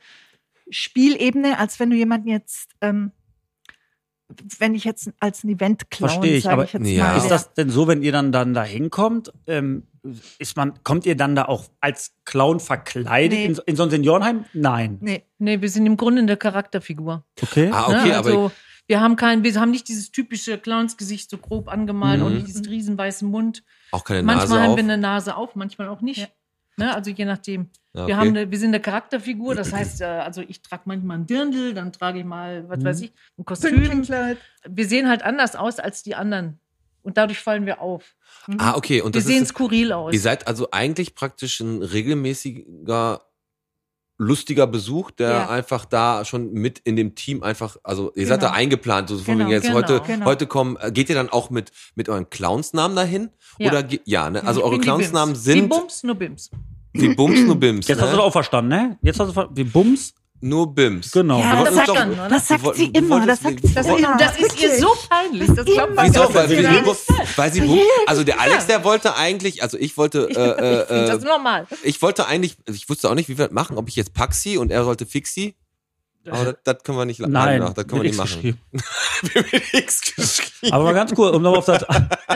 Spielebene, als wenn du jemanden jetzt, ähm, wenn ich jetzt als ein Event klauen,
Verstehe ich, aber
ich jetzt
ja.
mal.
Ist das denn so, wenn ihr dann, dann da hinkommt? Ähm, ist man, kommt ihr dann da auch als Clown verkleidet
Nee.
in, so- in so ein Seniorenheim? Nein.
Nee,
Nee, wir sind im Grunde in der Charakterfigur.
Okay.
Ah, okay,
ne?
aber
also, wir haben kein, wir haben nicht dieses typische Clownsgesicht so grob angemalt
Mhm.
und nicht diesen riesen weißen Mund.
auch keine
manchmal
Nase
haben
auf.
wir eine Nase auf, manchmal auch nicht.
Ja.
Ne? Also je nachdem.
Ja,
Wir,
Ah, okay.
haben eine, wir sind eine Charakterfigur, das heißt, äh, also ich trage manchmal ein Dirndl, dann trage ich mal, was
Mhm.
weiß ich, ein Kostüm.
Pünktchenkleid.
Wir sehen halt anders aus als die anderen. Und dadurch fallen wir auf.
ah, okay. Und
wir
das
sehen
ist,
skurril aus.
ihr seid also eigentlich praktisch ein regelmäßiger, lustiger Besuch, der
Ja.
einfach da schon mit in dem Team einfach, also ihr seid da
Genau.
eingeplant, so von
Genau,
wegen jetzt
genau,
heute,
genau.
heute kommen, äh, geht ihr dann auch mit, mit euren Clownsnamen dahin?
Ja.
Oder, ge- ja, ne? Also
Ich
eure
bin die
Clownsnamen
Bims. Die
sind
Bums, nur Bims.
wie Bums, nur Bims.
Jetzt hast du
ne?
das auch verstanden, ne? Jetzt hast du ver- wie Bums.
Nur Bims.
Genau.
Wir
Ja, das
wollten
sagt,
uns
dann,
doch-
oder?
das sagt
wir wollten-
sie immer.
wir
Das
wollten-
sagt
wir
sie
Das,
wollten-
ist-
Ja,
das ist ihr
wirklich.
so peinlich. Das glaubt man
Wieso?
gar
Weil,
nicht.
sie
Nein,
Bums- weil sie Bums, also der Alex, der wollte eigentlich, also ich wollte,
Genau. ich
äh,
finde
äh,
das
äh,
normal.
ich wollte eigentlich, also ich wusste auch nicht, wie wir das machen, ob ich jetzt Paxi und er sollte Fixi. Aber das, das können wir nicht
Äh, Nein,
das können wir nicht
mit X
machen.
geschrieben.
Mit X geschrieben.
Aber mal ganz kurz, um nochmal auf das,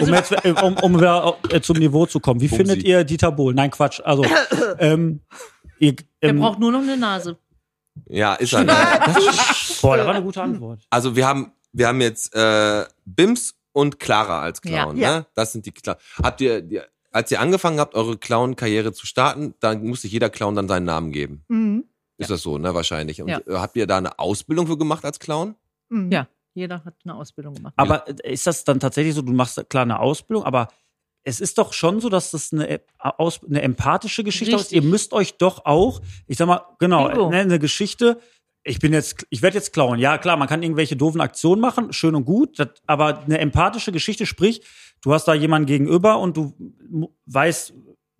um jetzt, äh, um, um wieder, äh, zum Niveau zu kommen. Wie
Bumsi.
findet ihr Dieter Bohlen? Nein, Quatsch. Also, ähm, ihr,
Der
ähm,
braucht nur noch eine Nase.
Ja, ist er. Ne?
boah, da war eine gute Antwort.
Also wir haben, wir haben jetzt äh, Bims und Clara als Clown.
Ja.
Ne? Das sind die Clown. Habt ihr, die, als ihr angefangen habt, eure Clown-Karriere zu starten, dann musste jeder Clown dann seinen Namen geben.
Mhm.
Ist das so, ne? Wahrscheinlich. Und
Ja.
äh, habt ihr da eine Ausbildung für gemacht als Clown?
Mhm.
Ja. Jeder hat eine Ausbildung gemacht.
Aber ist das dann tatsächlich so, du machst klar eine Ausbildung, aber es ist doch schon so, dass das eine, äh, aus, eine empathische Geschichte ist.
Richtig.
Ihr müsst euch doch auch, ich sag mal, genau,
Bingo.
ne, eine Geschichte. Ich bin jetzt, ich werde jetzt klauen. Ja, klar, man kann irgendwelche doofen Aktionen machen, schön und gut, das, aber eine empathische Geschichte, sprich, du hast da jemanden gegenüber und du mu- weißt,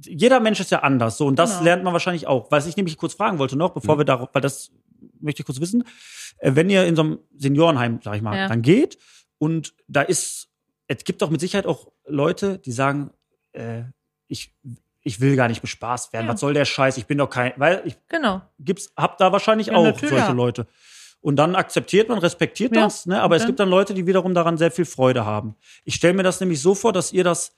jeder Mensch ist ja anders. So, und das
Genau.
lernt man wahrscheinlich auch. Was ich nämlich kurz fragen wollte noch, bevor wir darauf, weil das möchte ich kurz wissen, äh, wenn ihr in so einem Seniorenheim, sag ich mal,
Ja.
dann geht und da ist, es gibt doch mit Sicherheit auch Leute, die sagen, äh, ich, ich will gar nicht bespaßt werden.
Ja.
Was soll der Scheiß? Ich bin doch kein, weil ich
Genau.
gibt's, hab da wahrscheinlich
Ja,
auch
natürlich.
solche
Ja.
Leute. Und dann akzeptiert man, respektiert
Ja.
das, ne? aber
Und
es
dann-
gibt dann Leute, die wiederum daran sehr viel Freude haben. Ich stelle mir das nämlich so vor, dass ihr das,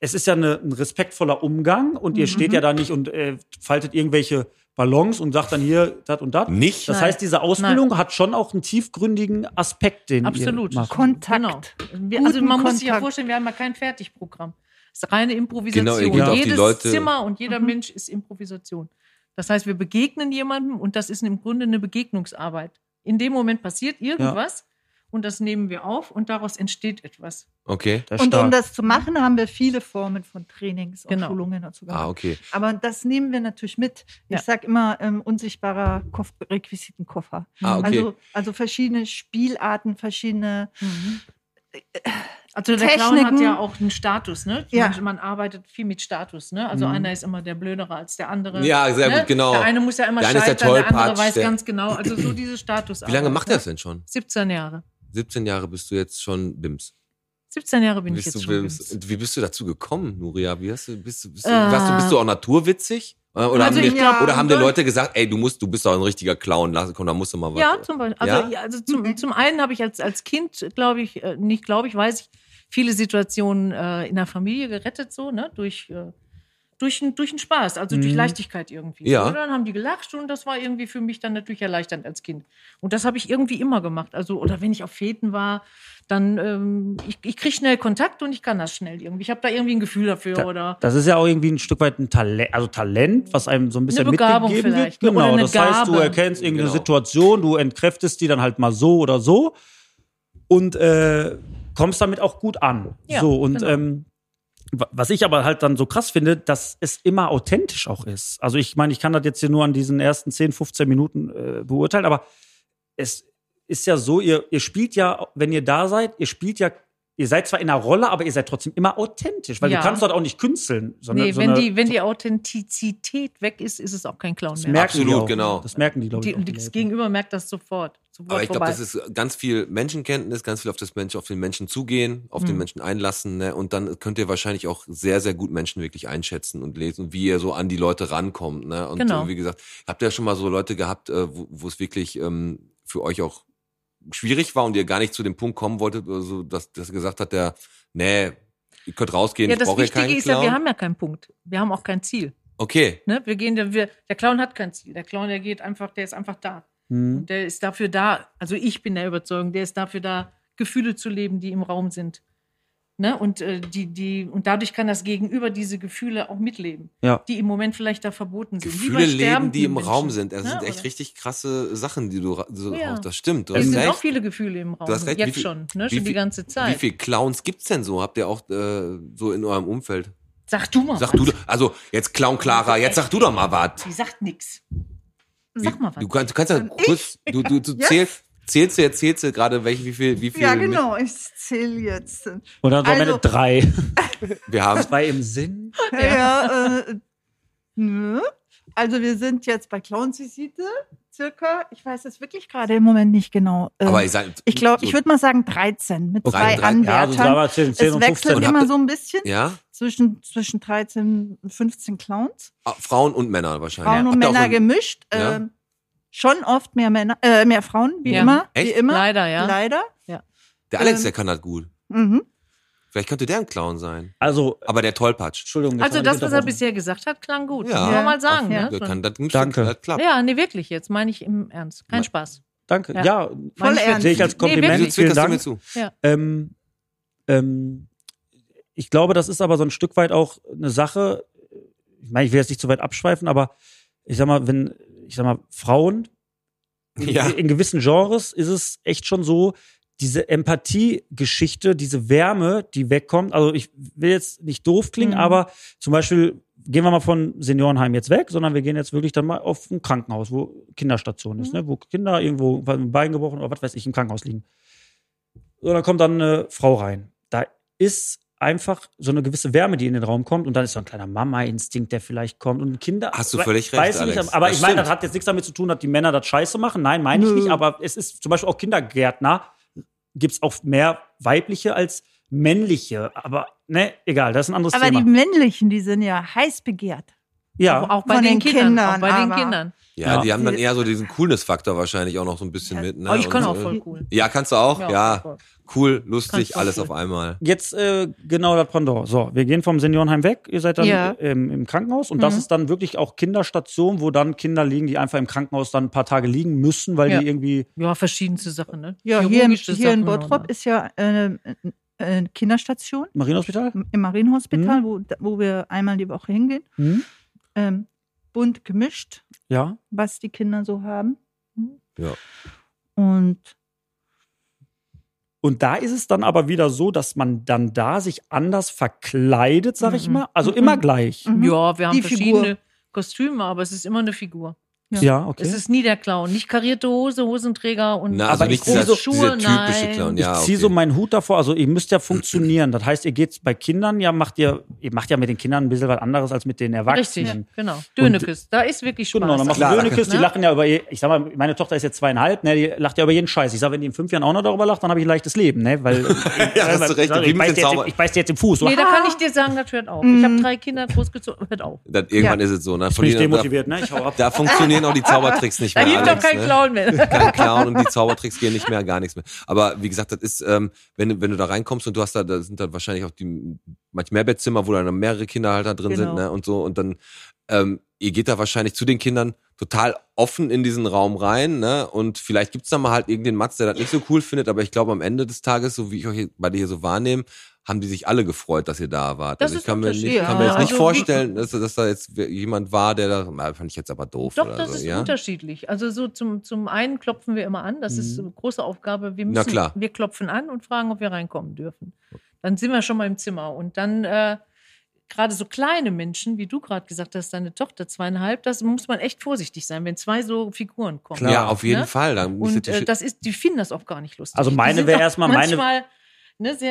es ist ja eine, ein respektvoller Umgang und ihr
Mhm.
steht ja da nicht und äh, faltet irgendwelche Ballons und sagt dann hier das und das.
Nicht?
Das
Nein.
heißt, diese Ausbildung hat schon auch einen tiefgründigen Aspekt, den
Absolut.
ihr macht.
Kontakt.
Genau. Wir, also
Guten
man muss sich ja
Kontakt.
vorstellen, wir haben ja kein Fertigprogramm. Es ist reine Improvisation.
Genau, ihr geht
auf die
Jedes
Leute-
Zimmer und jeder
Mhm.
Mensch ist Improvisation. Das heißt, wir begegnen jemandem und das ist im Grunde eine Begegnungsarbeit. In dem Moment passiert irgendwas und das nehmen wir auf und daraus entsteht etwas.
Okay.
Das ist
Und um
stark.
das zu machen, haben wir viele Formen von Trainings und
Genau.
Schulungen und so weiter.
Ah, okay.
Aber das nehmen wir natürlich mit.
Ja.
Ich sag immer ähm, unsichtbarer Koff Requisitenkoffer.
Ah, okay.
Also, also verschiedene Spielarten, verschiedene.
Also der Clown hat
Mhm. Techniken.
ja auch einen Status, ne?
Ja.
Man, man arbeitet viel mit Status, ne? Also einer ist immer der Blödere als der andere.
Mhm. Ja, sehr
ne?
gut, genau.
Der eine muss ja immer
Der eine ist der
scheitern, der andere
Tollpatsch,
weiß
der-
ganz genau. Also so diese Status.
Wie lange macht ihr das denn schon?
17 Jahre.
17 Jahre bist du jetzt schon Bims.
17 Jahre bin
bist
ich jetzt
du
schon.
Bims.
Bims.
Und wie bist du dazu gekommen, Nuria? Wie hast du, bist, du- bist, du,
Äh.
warst du, bist du auch naturwitzig? Äh, Oder, oder
Also
haben,
ich
dir,
glaub,
oder haben dir
schon.
Leute gesagt, ey, du musst, du bist doch ein richtiger Clown, lass, komm, da musst du mal was.
Ja, zum Beispiel. Also,
Ja?
ja? also zum, zum einen habe ich als, als Kind, glaube ich, äh, nicht glaube ich, weiß ich, viele Situationen äh, in der Familie gerettet, so, ne, durch, äh, durch, den- durch den Spaß, also durch
Mhm.
Leichtigkeit irgendwie.
Ja.
So, dann haben die gelacht und das war irgendwie für mich dann natürlich erleichternd als Kind. Und das habe ich irgendwie immer gemacht. Also, oder wenn ich auf Fäden war, dann, ähm, ich, ich kriege schnell Kontakt und ich kann das schnell irgendwie. Ich habe da irgendwie ein Gefühl dafür
Da-
oder
Das ist ja auch irgendwie ein Stück weit ein Talent, also Talent, was einem so ein bisschen
Eine Begabung
mitgegeben
vielleicht,
wird.
ne? Oder
Genau,
eine
das heißt, du
Gabe.
erkennst irgendeine
Genau.
Situation, du entkräftest die dann halt mal so oder so und äh, kommst damit auch gut an.
Ja,
so und
genau.
ähm, wa- was ich aber halt dann so krass finde, dass es immer authentisch auch ist. Also ich meine, ich kann das jetzt hier nur an diesen ersten 10, 15 Minuten äh, beurteilen, aber es ist ja so, ihr, ihr spielt ja, wenn ihr da seid, ihr spielt ja ihr seid zwar in einer Rolle, aber ihr seid trotzdem immer authentisch, weil
Ja.
du kannst dort auch nicht künsteln. Sondern
Nee,
so
wenn,
eine,
die, wenn die Authentizität weg ist, ist es auch kein Clown
das
mehr.
merken die
Absolut,
auch.
genau.
Das merken die, glaube
Die,
ich. auch,
und
die
das
Leute.
Gegenüber merkt das sofort. sofort
Aber ich glaube,
vorbei.
das ist ganz viel Menschenkenntnis, ganz viel auf das Mensch, auf den Menschen zugehen, auf
Mhm.
den Menschen einlassen, ne? Und dann könnt ihr wahrscheinlich auch sehr, sehr gut Menschen wirklich einschätzen und lesen, wie ihr so an die Leute rankommt, ne? Und
Genau.
äh, wie gesagt, habt ihr ja schon mal so Leute gehabt, äh, wo wo es wirklich ähm, für euch auch schwierig war und ihr gar nicht zu dem Punkt kommen wolltet, oder so, dass, dass ihr gesagt hat, der, nee, ihr könnt rausgehen,
ja,
ich
das
brauche hier
Wichtige
keinen
ist ja,
Clown.
wir haben ja keinen Punkt. Wir haben auch kein Ziel.
okay,
Ne? Wir gehen, da- wir, der Clown hat kein Ziel. Der Clown, der geht einfach, der ist einfach da.
Hm.
Und der ist dafür da, also ich bin der Überzeugung, der ist dafür da, Gefühle zu leben, die im Raum sind. Ne? Und, äh, die, die, und dadurch kann das Gegenüber diese Gefühle auch mitleben,
Ja.
die im Moment vielleicht da verboten sind. Wie bei
Gefühle leben,
sterbenden
die im
Menschen.
Raum sind. Das
Ne?
sind echt
Oder-
richtig krasse Sachen, die du ra- so
Ja.
raus. Das stimmt. Du
Es
hast
sind
recht.
auch viele Gefühle im Raum,
Du hast recht, wie
jetzt
viel-
schon, ne?
wie
schon die
viel-
ganze
Wie
Zeit.
viele Clowns gibt's denn so? Habt ihr auch äh, so in eurem Umfeld?
Sag du mal
Sag
was.
du, also jetzt Clown Clara, jetzt sag du doch mal was.
Die sagt nichts. Sag mal was.
Du kannst, du kannst ja
Kann
kurz, du, du, du
Ja.
zählst, zählst du jetzt, zählst du gerade, welche, wie viel, wie viel
Ja, genau, ich zähle jetzt.
Und dann so am Ende
Also-
drei.
wir haben.
Zwei im Sinn.
Ja. äh, nö. Also wir sind jetzt bei Clownsvisite, circa, ich weiß es wirklich gerade im Moment nicht genau. Ähm,
Aber ihr seid,
ich glaube,
so-
ich würde mal sagen 13 mit
Okay.
zwei
13,
Ja, also
Anwärtern.
aber 10, 10
es
und
wechselt
15.
Und
immer
habt-
so ein bisschen
ja,
zwischen, zwischen 13 und 15 Clowns.
Ah, Frauen und Männer wahrscheinlich.
Frauen und
Habt ihr auch
Männer
so-
gemischt.
Ja.
Ähm, schon oft mehr Männer, äh, mehr Frauen, wie
Ja.
immer. Wie
Echt?
immer.
Leider, ja.
Leider.
Der Alex,
ähm,
der kann das gut.
Mhm.
Vielleicht könnte der ein Clown sein.
Also,
Aber der Tollpatsch.
Entschuldigung. jetzt
Also
haben
das,
wir
was er
dich
bisher gesagt hat, klang gut.
Ja.
Muss man mal sagen.
Ja.
Ne?
Der
So-
kann das
Danke.
Das klappt.
Ja, nee, wirklich, jetzt meine ich im Ernst. Kein
Ma-
Spaß.
unterbrochen. Danke.
Ja.
Ja,
Voll ernst.
sehe ich
halt
als
Nee,
Kompliment.
wirklich.
Wieso
Wieso
Vielen
zwickerst du mir
Dank.
zu?
Ähm, ähm, ich glaube, das ist aber so ein Stück weit auch eine Sache. Ich meine, ich will jetzt nicht zu weit abschweifen, aber ich sag mal, wenn, ich sag mal, Frauen in,
Ja.
in gewissen Genres ist es echt schon so, diese Empathie-Geschichte, diese Wärme, die wegkommt. Also ich will jetzt nicht doof klingen,
Mhm.
aber zum Beispiel gehen wir mal von Seniorenheim jetzt weg, sondern wir gehen jetzt wirklich dann mal auf ein Krankenhaus, wo Kinderstation ist, ne? wo Kinder irgendwo ein Bein gebrochen oder was weiß ich im Krankenhaus liegen. So, dann kommt dann eine Frau rein. Da ist einfach so eine gewisse Wärme, die in den Raum kommt und dann ist so ein kleiner Mama-Instinkt, der vielleicht kommt und Kinder.
Hast du
We-
völlig recht,
Weiß ich nicht,
Alex.
aber
Das
ich meine,
stimmt.
das hat jetzt nichts damit zu tun, dass die Männer das scheiße machen. Nein, meine ich
Nö.
nicht, aber es ist zum Beispiel auch Kindergärtner gibt es auch mehr weibliche als männliche. Aber ne, egal, das ist ein anderes
Aber die
Thema.
männlichen, die sind ja heiß begehrt.
ja,
Auch bei
Von
den,
den
Kindern,
Kindern,
Auch bei den
aber-
Kindern.
Ja,
Ja.
die haben dann eher so diesen Coolness-Faktor wahrscheinlich auch noch so ein bisschen mit. Ne?
Aber Oh, ich kann
Und,
auch
äh,
voll cool.
Ja, kannst du auch?
Ja,
Ja.
voll.
Cool,
Kann ich
lustig,
voll
alles
cool.
auf einmal.
jetzt äh, genau das Pendant. So, wir gehen vom Seniorenheim weg. Ihr seid dann
Ja.
äh, im, im Krankenhaus und das
Mhm.
ist dann wirklich auch Kinderstation, wo dann Kinder liegen, die einfach im Krankenhaus dann ein paar Tage liegen müssen, weil
Ja.
die irgendwie
Ja, verschiedenste Sachen, ne?
Ja, hier, im-
Chirurgische
hier in
Sachen
Bottrop
oder-
ist ja eine äh, äh, Kinderstation
Marienhospital.
im
Mhm.
Marienhospital, wo, wo wir einmal die Woche hingehen.
Mhm.
Hm?
Ähm, bunt gemischt,
Ja.
was die Kinder so haben.
Ja.
Und
Und da ist es dann aber wieder so, dass man dann da sich anders verkleidet, sag ich
Mhm.
mal. Also
Mhm.
immer gleich.
mhm.
Ja, wir haben
Die Figur.
verschiedene Kostüme, aber es ist immer eine Figur.
Ja.
Ja, okay.
Es ist nie der Clown. Nicht karierte Hose, Hosenträger und
Na, also
Aber
nicht
ich
dieser,
zieh so-
dieser typische
nein.
Clown.
Ich
Ja,
ziehe
okay.
so meinen Hut davor, also ihr müsst ja funktionieren. Das heißt, ihr geht bei Kindern ja, macht ihr, ihr macht ja mit den Kindern ein bisschen was anderes als mit den
Richtig,
Erwachsenen.
genau. Dönekes, da ist wirklich Spaß.
Genau, dann machen
Klar,
wir
danke.
Dönekes, die
Ne?
lachen ja über, ihr- ich sag mal, meine Tochter ist jetzt zweieinhalb, ne, die lacht ja über jeden Scheiß. Ich sag, wenn die in fünf Jahren auch noch darüber lacht, dann habe ich ein leichtes Leben, ne, weil,
Ja, hast du recht, wie mit
ich, beiß
dem
dir jetzt,
Zauber.
ich beiß dir jetzt im Fuß. So,
Nee, da
ha,
kann ich dir sagen, das hört auf. Ich
Mhm.
habe drei Kinder großgezogen, hört auf.
Dann, irgendwann ist es so. Ne?
bin ich
Von denen-
demotiviert, ne, ich hau ab.
da, da funktionieren auch die Zaubertricks nicht
Da
mehr.
gibt doch
Alex,
kein
ne?
Clown mehr.
Kein Clown und die Zaubertricks gehen nicht mehr, gar nichts mehr. Aber wie gesagt, das ist, ähm, wenn, du- wenn du da reinkommst und du hast da, da sind dann wahrscheinlich auch die manchmal Mehrbettzimmer, wo dann mehrere Kinder halt da drin
Genau.
sind, ne? Und so. Und dann, ähm, ihr geht da wahrscheinlich zu den Kindern total offen in diesen Raum rein, ne? Und vielleicht gibt's da mal halt irgendeinen Matz, der das nicht so cool findet, aber ich glaube, am Ende des Tages, so wie ich euch hier- bei dir hier so wahrnehme, haben die sich alle gefreut, dass ihr da wart.
Das
also ich
ist
kann mir, nicht,
unterschiedlich.
kann mir jetzt
Ja,
nicht
also wie-
vorstellen, dass, dass da jetzt jemand war, der da, na, fand ich jetzt aber doof
Doch,
oder
das
so,
ist
ja?
unterschiedlich. Also so zum, zum einen klopfen wir immer an, das ist eine große Aufgabe. Wir, müssen,
Mhm. Na klar.
wir klopfen an und fragen, ob wir reinkommen dürfen. Dann sind wir schon mal im Zimmer. Und dann äh, gerade so kleine Menschen, wie du gerade gesagt hast, deine Tochter zweieinhalb, das muss man echt vorsichtig sein, wenn zwei so Figuren kommen.
Klar.
Ja, auf jeden
Ne?
Fall. Dann müsstet
Und
ihr-
äh, das ist, die finden das auch gar nicht lustig.
Also
Die
meine
sind
wäre
auch
erstmal meine-
Manchmal ne, sehr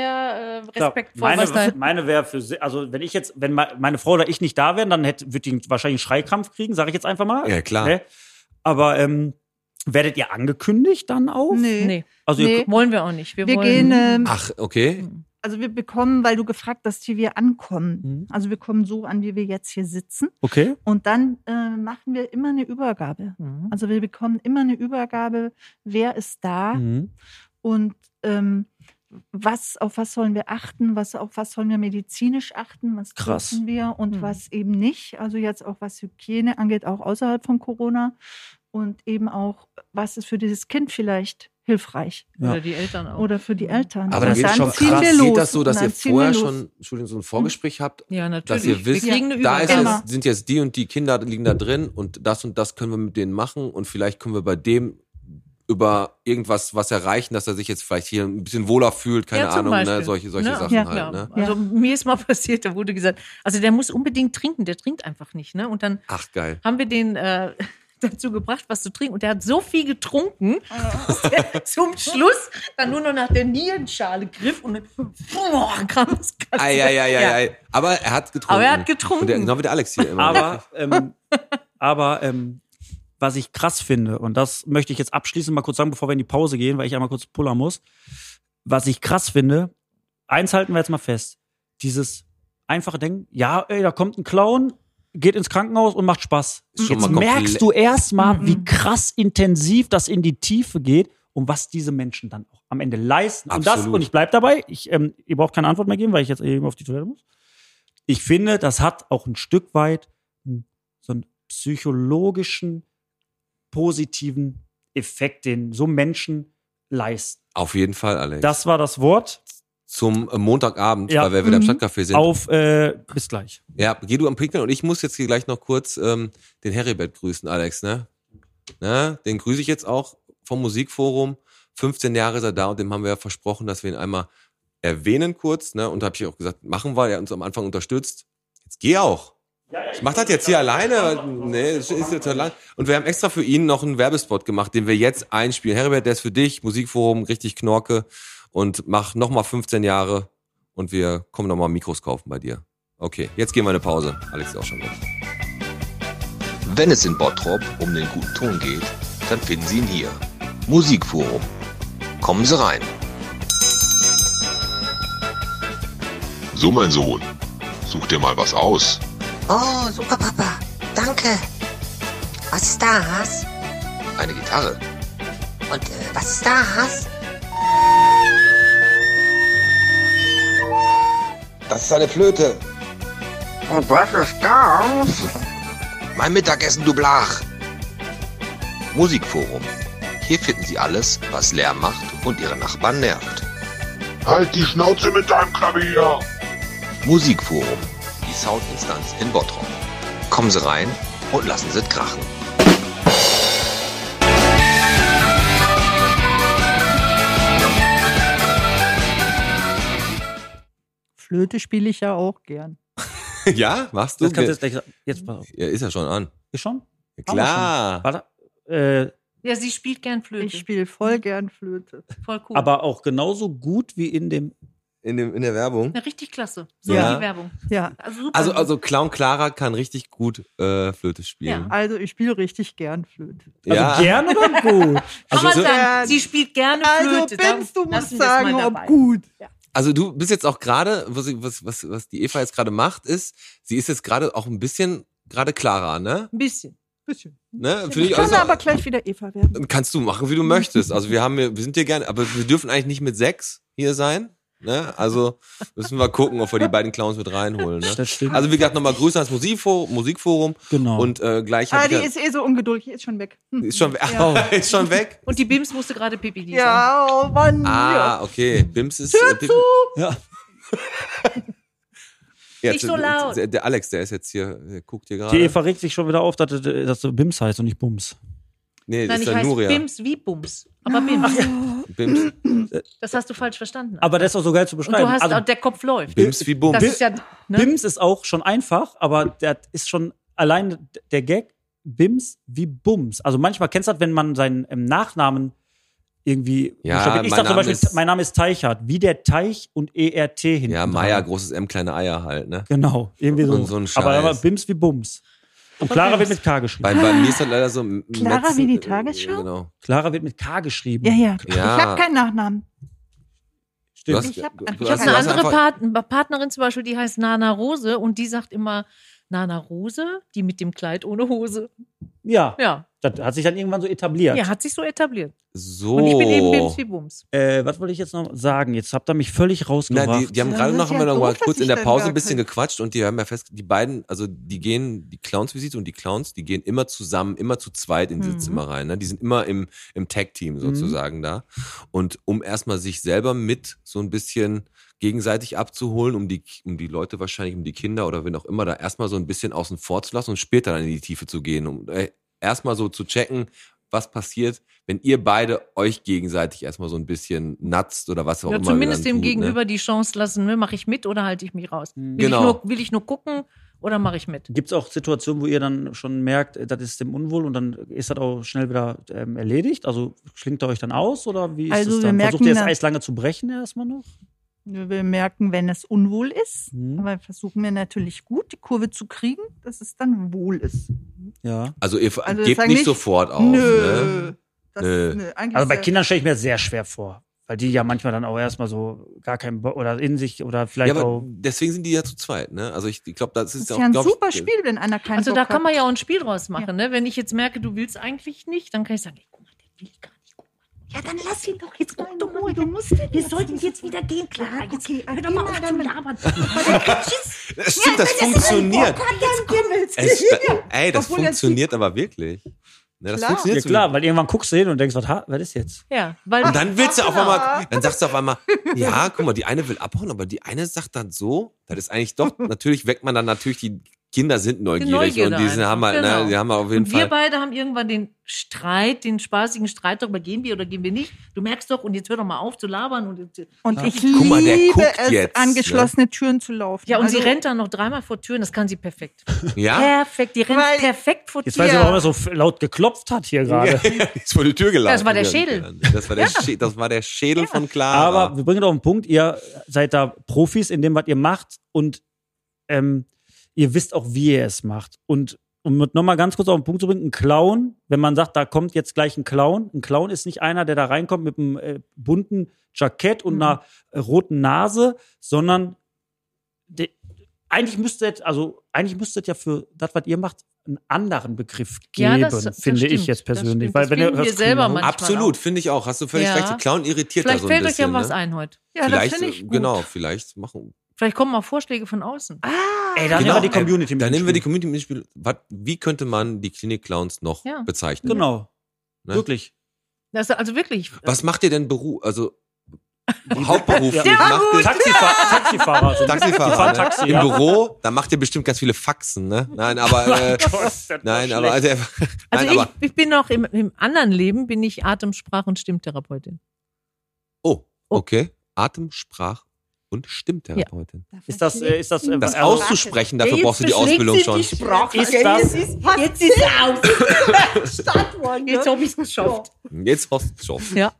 äh,
Klar,
respektvoll. was da,
meine meine wäre für, se- also wenn ich jetzt, wenn me- meine Frau oder ich nicht da wären, dann hätte, würde die wahrscheinlich einen Schreikrampf kriegen, sage ich jetzt einfach mal.
Ja, klar.
Ne? Aber ähm, werdet ihr angekündigt dann auch?
Nee.
nee,
Also
Nee.
ihr,
wollen wir auch nicht. Wir,
Wir
wollen,
gehen, ähm,
Ach, okay.
also wir bekommen, weil du gefragt hast, hier wir ankommen.
Mhm.
Also wir kommen so an, wie wir jetzt hier sitzen.
okay.
Und dann äh, machen wir immer eine Übergabe.
Mhm.
Also wir bekommen immer eine Übergabe, wer ist da
Mhm.
und ähm, was, auf was sollen wir achten, was, auf was sollen wir medizinisch achten, was
Krass.
dürfen wir und
Mhm.
was eben nicht. Also jetzt auch was Hygiene angeht, auch außerhalb von Corona und eben auch, was ist für dieses Kind vielleicht hilfreich
Ja.
Oder die Eltern auch.
oder für die Eltern.
Mhm. Aber
Und
dann geht
dann
schon
ziehen
krass.
wir
Geht
los.
das so, dass
Und dann
ihr
ziehen
vorher
wir los.
schon, Entschuldigung,
Hm.
so ein Vorgespräch habt,
ja, natürlich.
dass ihr wisst,
wir kriegen eine
da ist
Übergabe.
Genau.
jetzt, sind jetzt die und die Kinder liegen da drin und das und das können wir mit denen machen und vielleicht können wir bei dem über irgendwas was erreichen, dass er sich jetzt vielleicht hier ein bisschen wohler fühlt, keine
Ja, zum
Ahnung, ne?
Beispiel.
solche, solche
Ja,
Sachen
ja,
halt. Ne?
Also mir ist mal passiert, da wurde gesagt, also der muss unbedingt trinken, der trinkt einfach nicht, ne? Und dann
Ach geil.
haben wir den äh, dazu gebracht, was zu trinken. Und der hat so viel getrunken,
Oh.
dass er zum Schluss dann nur noch nach der Nierenschale griff und dann, boah, kam das Ganze.
Ei, ei, ei, ei,
Ja.
ei. Aber er hat getrunken.
Aber er hat getrunken.
Und der, genau wie der Alex hier immer.
Aber, ähm, aber ähm, was ich krass finde, und das möchte ich jetzt abschließend mal kurz sagen, bevor wir in die Pause gehen, weil ich einmal kurz pullern muss. Was ich krass finde, eins halten wir jetzt mal fest. Dieses einfache Denken, ja, ey, da kommt ein Clown, geht ins Krankenhaus und macht Spaß.
Ist schon
Jetzt
mal komplett-
merkst du erst mal, wie krass intensiv das in die Tiefe geht und was diese Menschen dann auch am Ende leisten. Und das,
Absolut.
und ich bleib dabei, ich, ähm, ihr braucht keine Antwort mehr geben, weil ich jetzt eben auf die Toilette muss ich finde, das hat auch ein Stück weit einen- so einen psychologischen, positiven Effekt, den so Menschen leisten.
Auf jeden Fall, Alex.
Das war das Wort.
Zum äh, Montagabend,
Ja.
weil wir wieder im
Mhm.
Stadtcafé sind.
Auf, äh, bis gleich.
Ja, geh du am Pinkeln und ich muss jetzt hier gleich noch kurz ähm, den Heribert grüßen, Alex, ne? ne? Den grüße ich jetzt auch vom Musikforum. 15 Jahre ist er da und dem haben wir ja versprochen, dass wir ihn einmal erwähnen kurz, ne? Und habe ich auch gesagt, machen wir, er hat uns am Anfang unterstützt. Jetzt geh auch. Ich mach das jetzt hier alleine. weil- Nee, das ist jetzt allein. Und wir haben extra für ihn noch einen Werbespot gemacht, den wir jetzt einspielen. Heribert, der ist für dich, Musikforum, richtig Knorke. Und mach nochmal 15 Jahre und wir kommen nochmal Mikros kaufen bei dir. Okay, jetzt gehen wir in eine Pause. Alex ist auch schon weg.
Wenn es in Bottrop um den guten Ton geht, dann finden Sie ihn hier. Musikforum. Kommen Sie rein.
So, mein Sohn, such dir mal was aus.
Oh, super Papa. Danke. Was ist das?
Eine Gitarre.
Und äh, was ist das?
Das ist eine Flöte.
Und was ist das?
Mein Mittagessen, du Blach. Musikforum. Hier finden Sie alles, was Lärm macht und Ihre Nachbarn nervt.
Halt die Schnauze mit deinem Klavier!
Musikforum. Die Soundinstanz in Bottrop. Kommen Sie rein und lassen Sie es krachen.
Flöte spiele ich ja auch gern.
ja, machst du?
das kannst du jetzt gleich sagen. Jetzt pass auf.
ja, ist ja schon an.
Ist schon?
Ja,
Haben wir
klar.
Warte. Äh,
Ja, sie spielt gern Flöte. Mhm.
Ich spiele voll gern Flöte.
Voll cool.
aber auch genauso gut wie in dem.
In, dem, in der Werbung.
Na, richtig klasse. So
Ja.
die Werbung.
Ja,
Also super.
Also, also Clown Clara kann richtig gut äh, Flöte spielen.
also ich spiele richtig gern Flöte.
Also gern oder gut?
Kann
also-
man sagen,
so-
sie spielt gerne
Also
Flöte. Dann
Benz, du musst
lassen wir es mal
sagen, ob
dabei.
gut.
Also du bist jetzt auch gerade, was, was, was, was die Eva jetzt gerade macht, ist, sie ist jetzt gerade auch ein bisschen gerade Clara, ne?
Ein bisschen.
Bisschen.
ne? Finde
Ich
ich auch
kann
so-
aber gleich wieder Eva werden.
Kannst du machen, wie du möchtest. Also wir haben hier, wir sind hier gerne, aber wir dürfen eigentlich nicht mit sechs hier sein. Ne? Also müssen wir gucken, ob wir die beiden Clowns mit reinholen. Ne?
Das stimmt.
Also wie gesagt, nochmal Grüße ans Musikforum, Musikforum
genau.
und äh, gleich hab
Ah,
ich
die
ja-
ist eh so ungeduldig, die ist schon weg. Hm.
Ist schon,
Ja.
ach, ist schon weg?
Und die Bims musste gerade Pipi gießen.
Ja, oh Mann. ja.
Ah, okay. Bims ist. Tür zu!
Ja.
Ja,
Nicht so laut.
Der, der Alex, der ist jetzt hier, der guckt hier
die
gerade.
Eva regt sich schon wieder auf, dass, dass du Bims heißt und nicht Bums.
Nee, das
Nein,
ist
ich
ja
heiße
Nuria.
Bims wie Bums. Aber Bims.
Bims,
Das hast du falsch verstanden.
Aber das ist auch so geil zu
Und
beschreiben.
du hast,
also,
auch der Kopf läuft.
Bims wie Bums.
Das ist ja, ne?
Bims ist auch schon einfach, aber das ist schon allein der Gag Bims wie Bums. Also manchmal kennst du das, wenn man seinen ähm, Nachnamen irgendwie.
Ja,
buchstabiert. ich
mein
sag zum
Name
Beispiel,
ist-
mein Name ist Teichhardt, wie der Teich und ERT hinten.
Ja, Meier,
dran.
großes M, kleine Eier halt, ne?
Genau, irgendwie so.
Und so ein Scheiß.
aber, aber Bims wie Bums. Und Clara wird mit K geschrieben.
Bei, bei mir ist das leider so.
Clara
Metzen-
wie die
äh,
Tagesschau?
Genau.
Clara wird mit K geschrieben.
Ja, ja.
Ja.
Ich habe keinen Nachnamen.
Du
Stimmt.
hast,
Ich hab-
du
ich
hast-
hab
Ich
du
habe
hast
eine andere
also einfach-
Pat Partnerin zum Beispiel, die heißt Nana Rose und die sagt immer Nana Rose, die mit dem Kleid ohne Hose.
Ja,
Ja,
das hat sich dann irgendwann so etabliert.
ja hat sich so etabliert.
So.
Und ich bin eben Bims wie Bums.
Äh, was wollte ich jetzt noch sagen? Jetzt habt ihr mich völlig rausgebracht.
Na, die, die haben
Ja,
gerade
das
noch,
ist
haben
ja
wir noch mal
doof, dass
kurz in
ich
der
dann
Pause
gar
ein bisschen
kein-
gequatscht und die haben ja fest, die beiden, also die gehen, die Clownsvisite und die Clowns, die gehen immer zusammen, immer zu zweit in diese
Mhm.
Zimmer rein. Ne? Die sind immer im, im
Mhm.
Tag-Team sozusagen da. Und um erstmal sich selber mit so ein bisschen gegenseitig abzuholen, um die, um die Leute wahrscheinlich, um die Kinder oder wen auch immer, da erstmal so ein bisschen außen vor zu lassen und später dann in die Tiefe zu gehen, um äh, erstmal so zu checken, was passiert, wenn ihr beide euch gegenseitig erstmal so ein bisschen natzt oder was auch
Ja,
immer. ihr dann
zumindest dem
tut, ne?
Gegenüber die Chance lassen, ne, mache ich mit oder halte ich mich raus? Will,
Genau.
ich, nur, will ich nur gucken oder mache ich mit?
Gibt es auch Situationen, wo ihr dann schon merkt, äh, das ist dem unwohl und dann ist das auch schnell wieder ähm, erledigt? Also schlingt ihr euch dann aus oder wie ist
Also
es
wir
dann?
merken
Versucht ihr das
dann-
Eis lange zu brechen erstmal noch?
Wir merken, wenn es unwohl ist.
Mhm.
Aber versuchen wir natürlich gut, die Kurve zu kriegen, dass es dann wohl ist.
Ja.
Also ihr
Also
gebt
sag
nicht,
nicht,
sofort auf.
nö.
Ne?
Das,
Nö.
nö. Eigentlich
Also bei
ist ja-
Kindern stelle ich mir das sehr schwer vor, weil die ja manchmal dann auch erstmal so gar keinen Bock oder in sich oder
Ja,
vielleicht
aber
auch.
deswegen sind die ja zu zweit. Ne? Also ich, ich glaube, das
Das
ist,
ist
auch,
ja ein
glaub ich,
super Spiel, wenn einer keinen
Also
Bock
da kann man
hat.
ja auch ein Spiel draus machen. Ne? Wenn ich jetzt merke, du willst eigentlich nicht, dann kann ich sagen, ey, guck mal, der will gar nicht. Guck mal.
Ja, dann lass ihn doch jetzt guck doch mal. Wir, wir sollten jetzt wieder gehen, Clara. Jetzt okay, hör doch mal auf zu labern. Tschüss.
Das stimmt, das funktioniert.
Jetzt komm.
Es, ey, das
Obwohl er es
funktioniert aber wirklich. Ne, das
Klar.
Ja
funktioniert so
klar, weil irgendwann guckst du hin und denkst, was, ha- was ist jetzt?
Ja, weil
Und dann willst du auf einmal, dann sagst du auf einmal, ja, guck mal, die eine will abhauen, aber die eine sagt dann so, das ist eigentlich doch, natürlich weckt man dann natürlich, die Kinder sind neugierig
Neugierde
und die sind,
einfach,
haben halt,
genau.
ne, die haben halt auf jeden
und wir
Fall.
beide haben irgendwann den Streit, den spaßigen Streit darüber, gehen wir oder gehen wir nicht. Du merkst doch, und jetzt hör doch mal auf zu labern. Und,
Und ich
Guck mal, der
liebe
guckt
es,
jetzt,
an geschlossene Türen zu laufen.
ja, und
Also,
sie rennt dann noch dreimal vor Türen, das kann sie perfekt.
ja,
Perfekt, die rennt
Weil-
perfekt vor
Jetzt
Türen.
weiß ich,
Ja.
warum er so f- laut geklopft hat hier gerade.
ist vor die Tür gelaufen.
Das war der Schädel.
Das war der, Schä- das war der Schädel von Clara.
Aber wir bringen doch auf den Punkt, ihr seid da Profis in dem, was ihr macht und ähm, ihr wisst auch, wie ihr es macht. Und um mit nochmal ganz kurz auf den Punkt zu bringen, ein Clown, wenn man sagt, da kommt jetzt gleich ein Clown, ein Clown ist nicht einer, der da reinkommt mit einem äh, bunten Jackett
Mhm.
und einer äh, roten Nase, sondern de, eigentlich müsste es- also eigentlich müsste es ja für das, was ihr macht, einen anderen Begriff
Ja,
geben,
das- das
finde ich
stimmt,
jetzt
das
persönlich.
stimmt.
Weil
Das
wenn ihr
finden wir
hört,
selber
Clown-
manchmal.
Absolut,
auch.
finde ich auch. Hast du völlig
Ja.
recht. Die Clown irritiert da
Vielleicht
so ein
fällt euch ja
bisschen.
was
ne?
ein heute.
ja, das
vielleicht,
finde ich gut.
genau, vielleicht machen.
Vielleicht kommen auch Vorschläge von außen.
Ah.
Ey, dann
genau,
nehmen wir die Community
Äh,
mit
dann
ins
nehmen wir die
Spiel.
Community mit ins Spiel. Was, wie könnte man die Klinik Clowns noch
Ja.
bezeichnen?
Genau.
Ne?
Wirklich.
Das, also wirklich.
Was macht ihr denn Beruf, also hauptberuflich?
Der war
macht ihr
Taxifahr Taxifahrer sind. Die
Taxifahrer
fahren
ne?
Taxi,
im
ja. Oh
Büro, da macht ihr bestimmt ganz viele Faxen, ne? Nein, aber äh, nein, aber also, nein,
Also
aber
ich, ich bin noch im, im anderen Leben, bin ich Atemsprach- und Stimmtherapeutin.
oh, okay, Atemsprach und Stimmtherapeutin.
Ist das, äh, ist das, äh,
Das
äh,
auszusprechen, dafür brauchst du die Ausbildung schon.
Ist das,
Jetzt ist er aus. Stadtwollen.
Jetzt habe ich es geschafft.
Jetzt hast du schon.
Ja.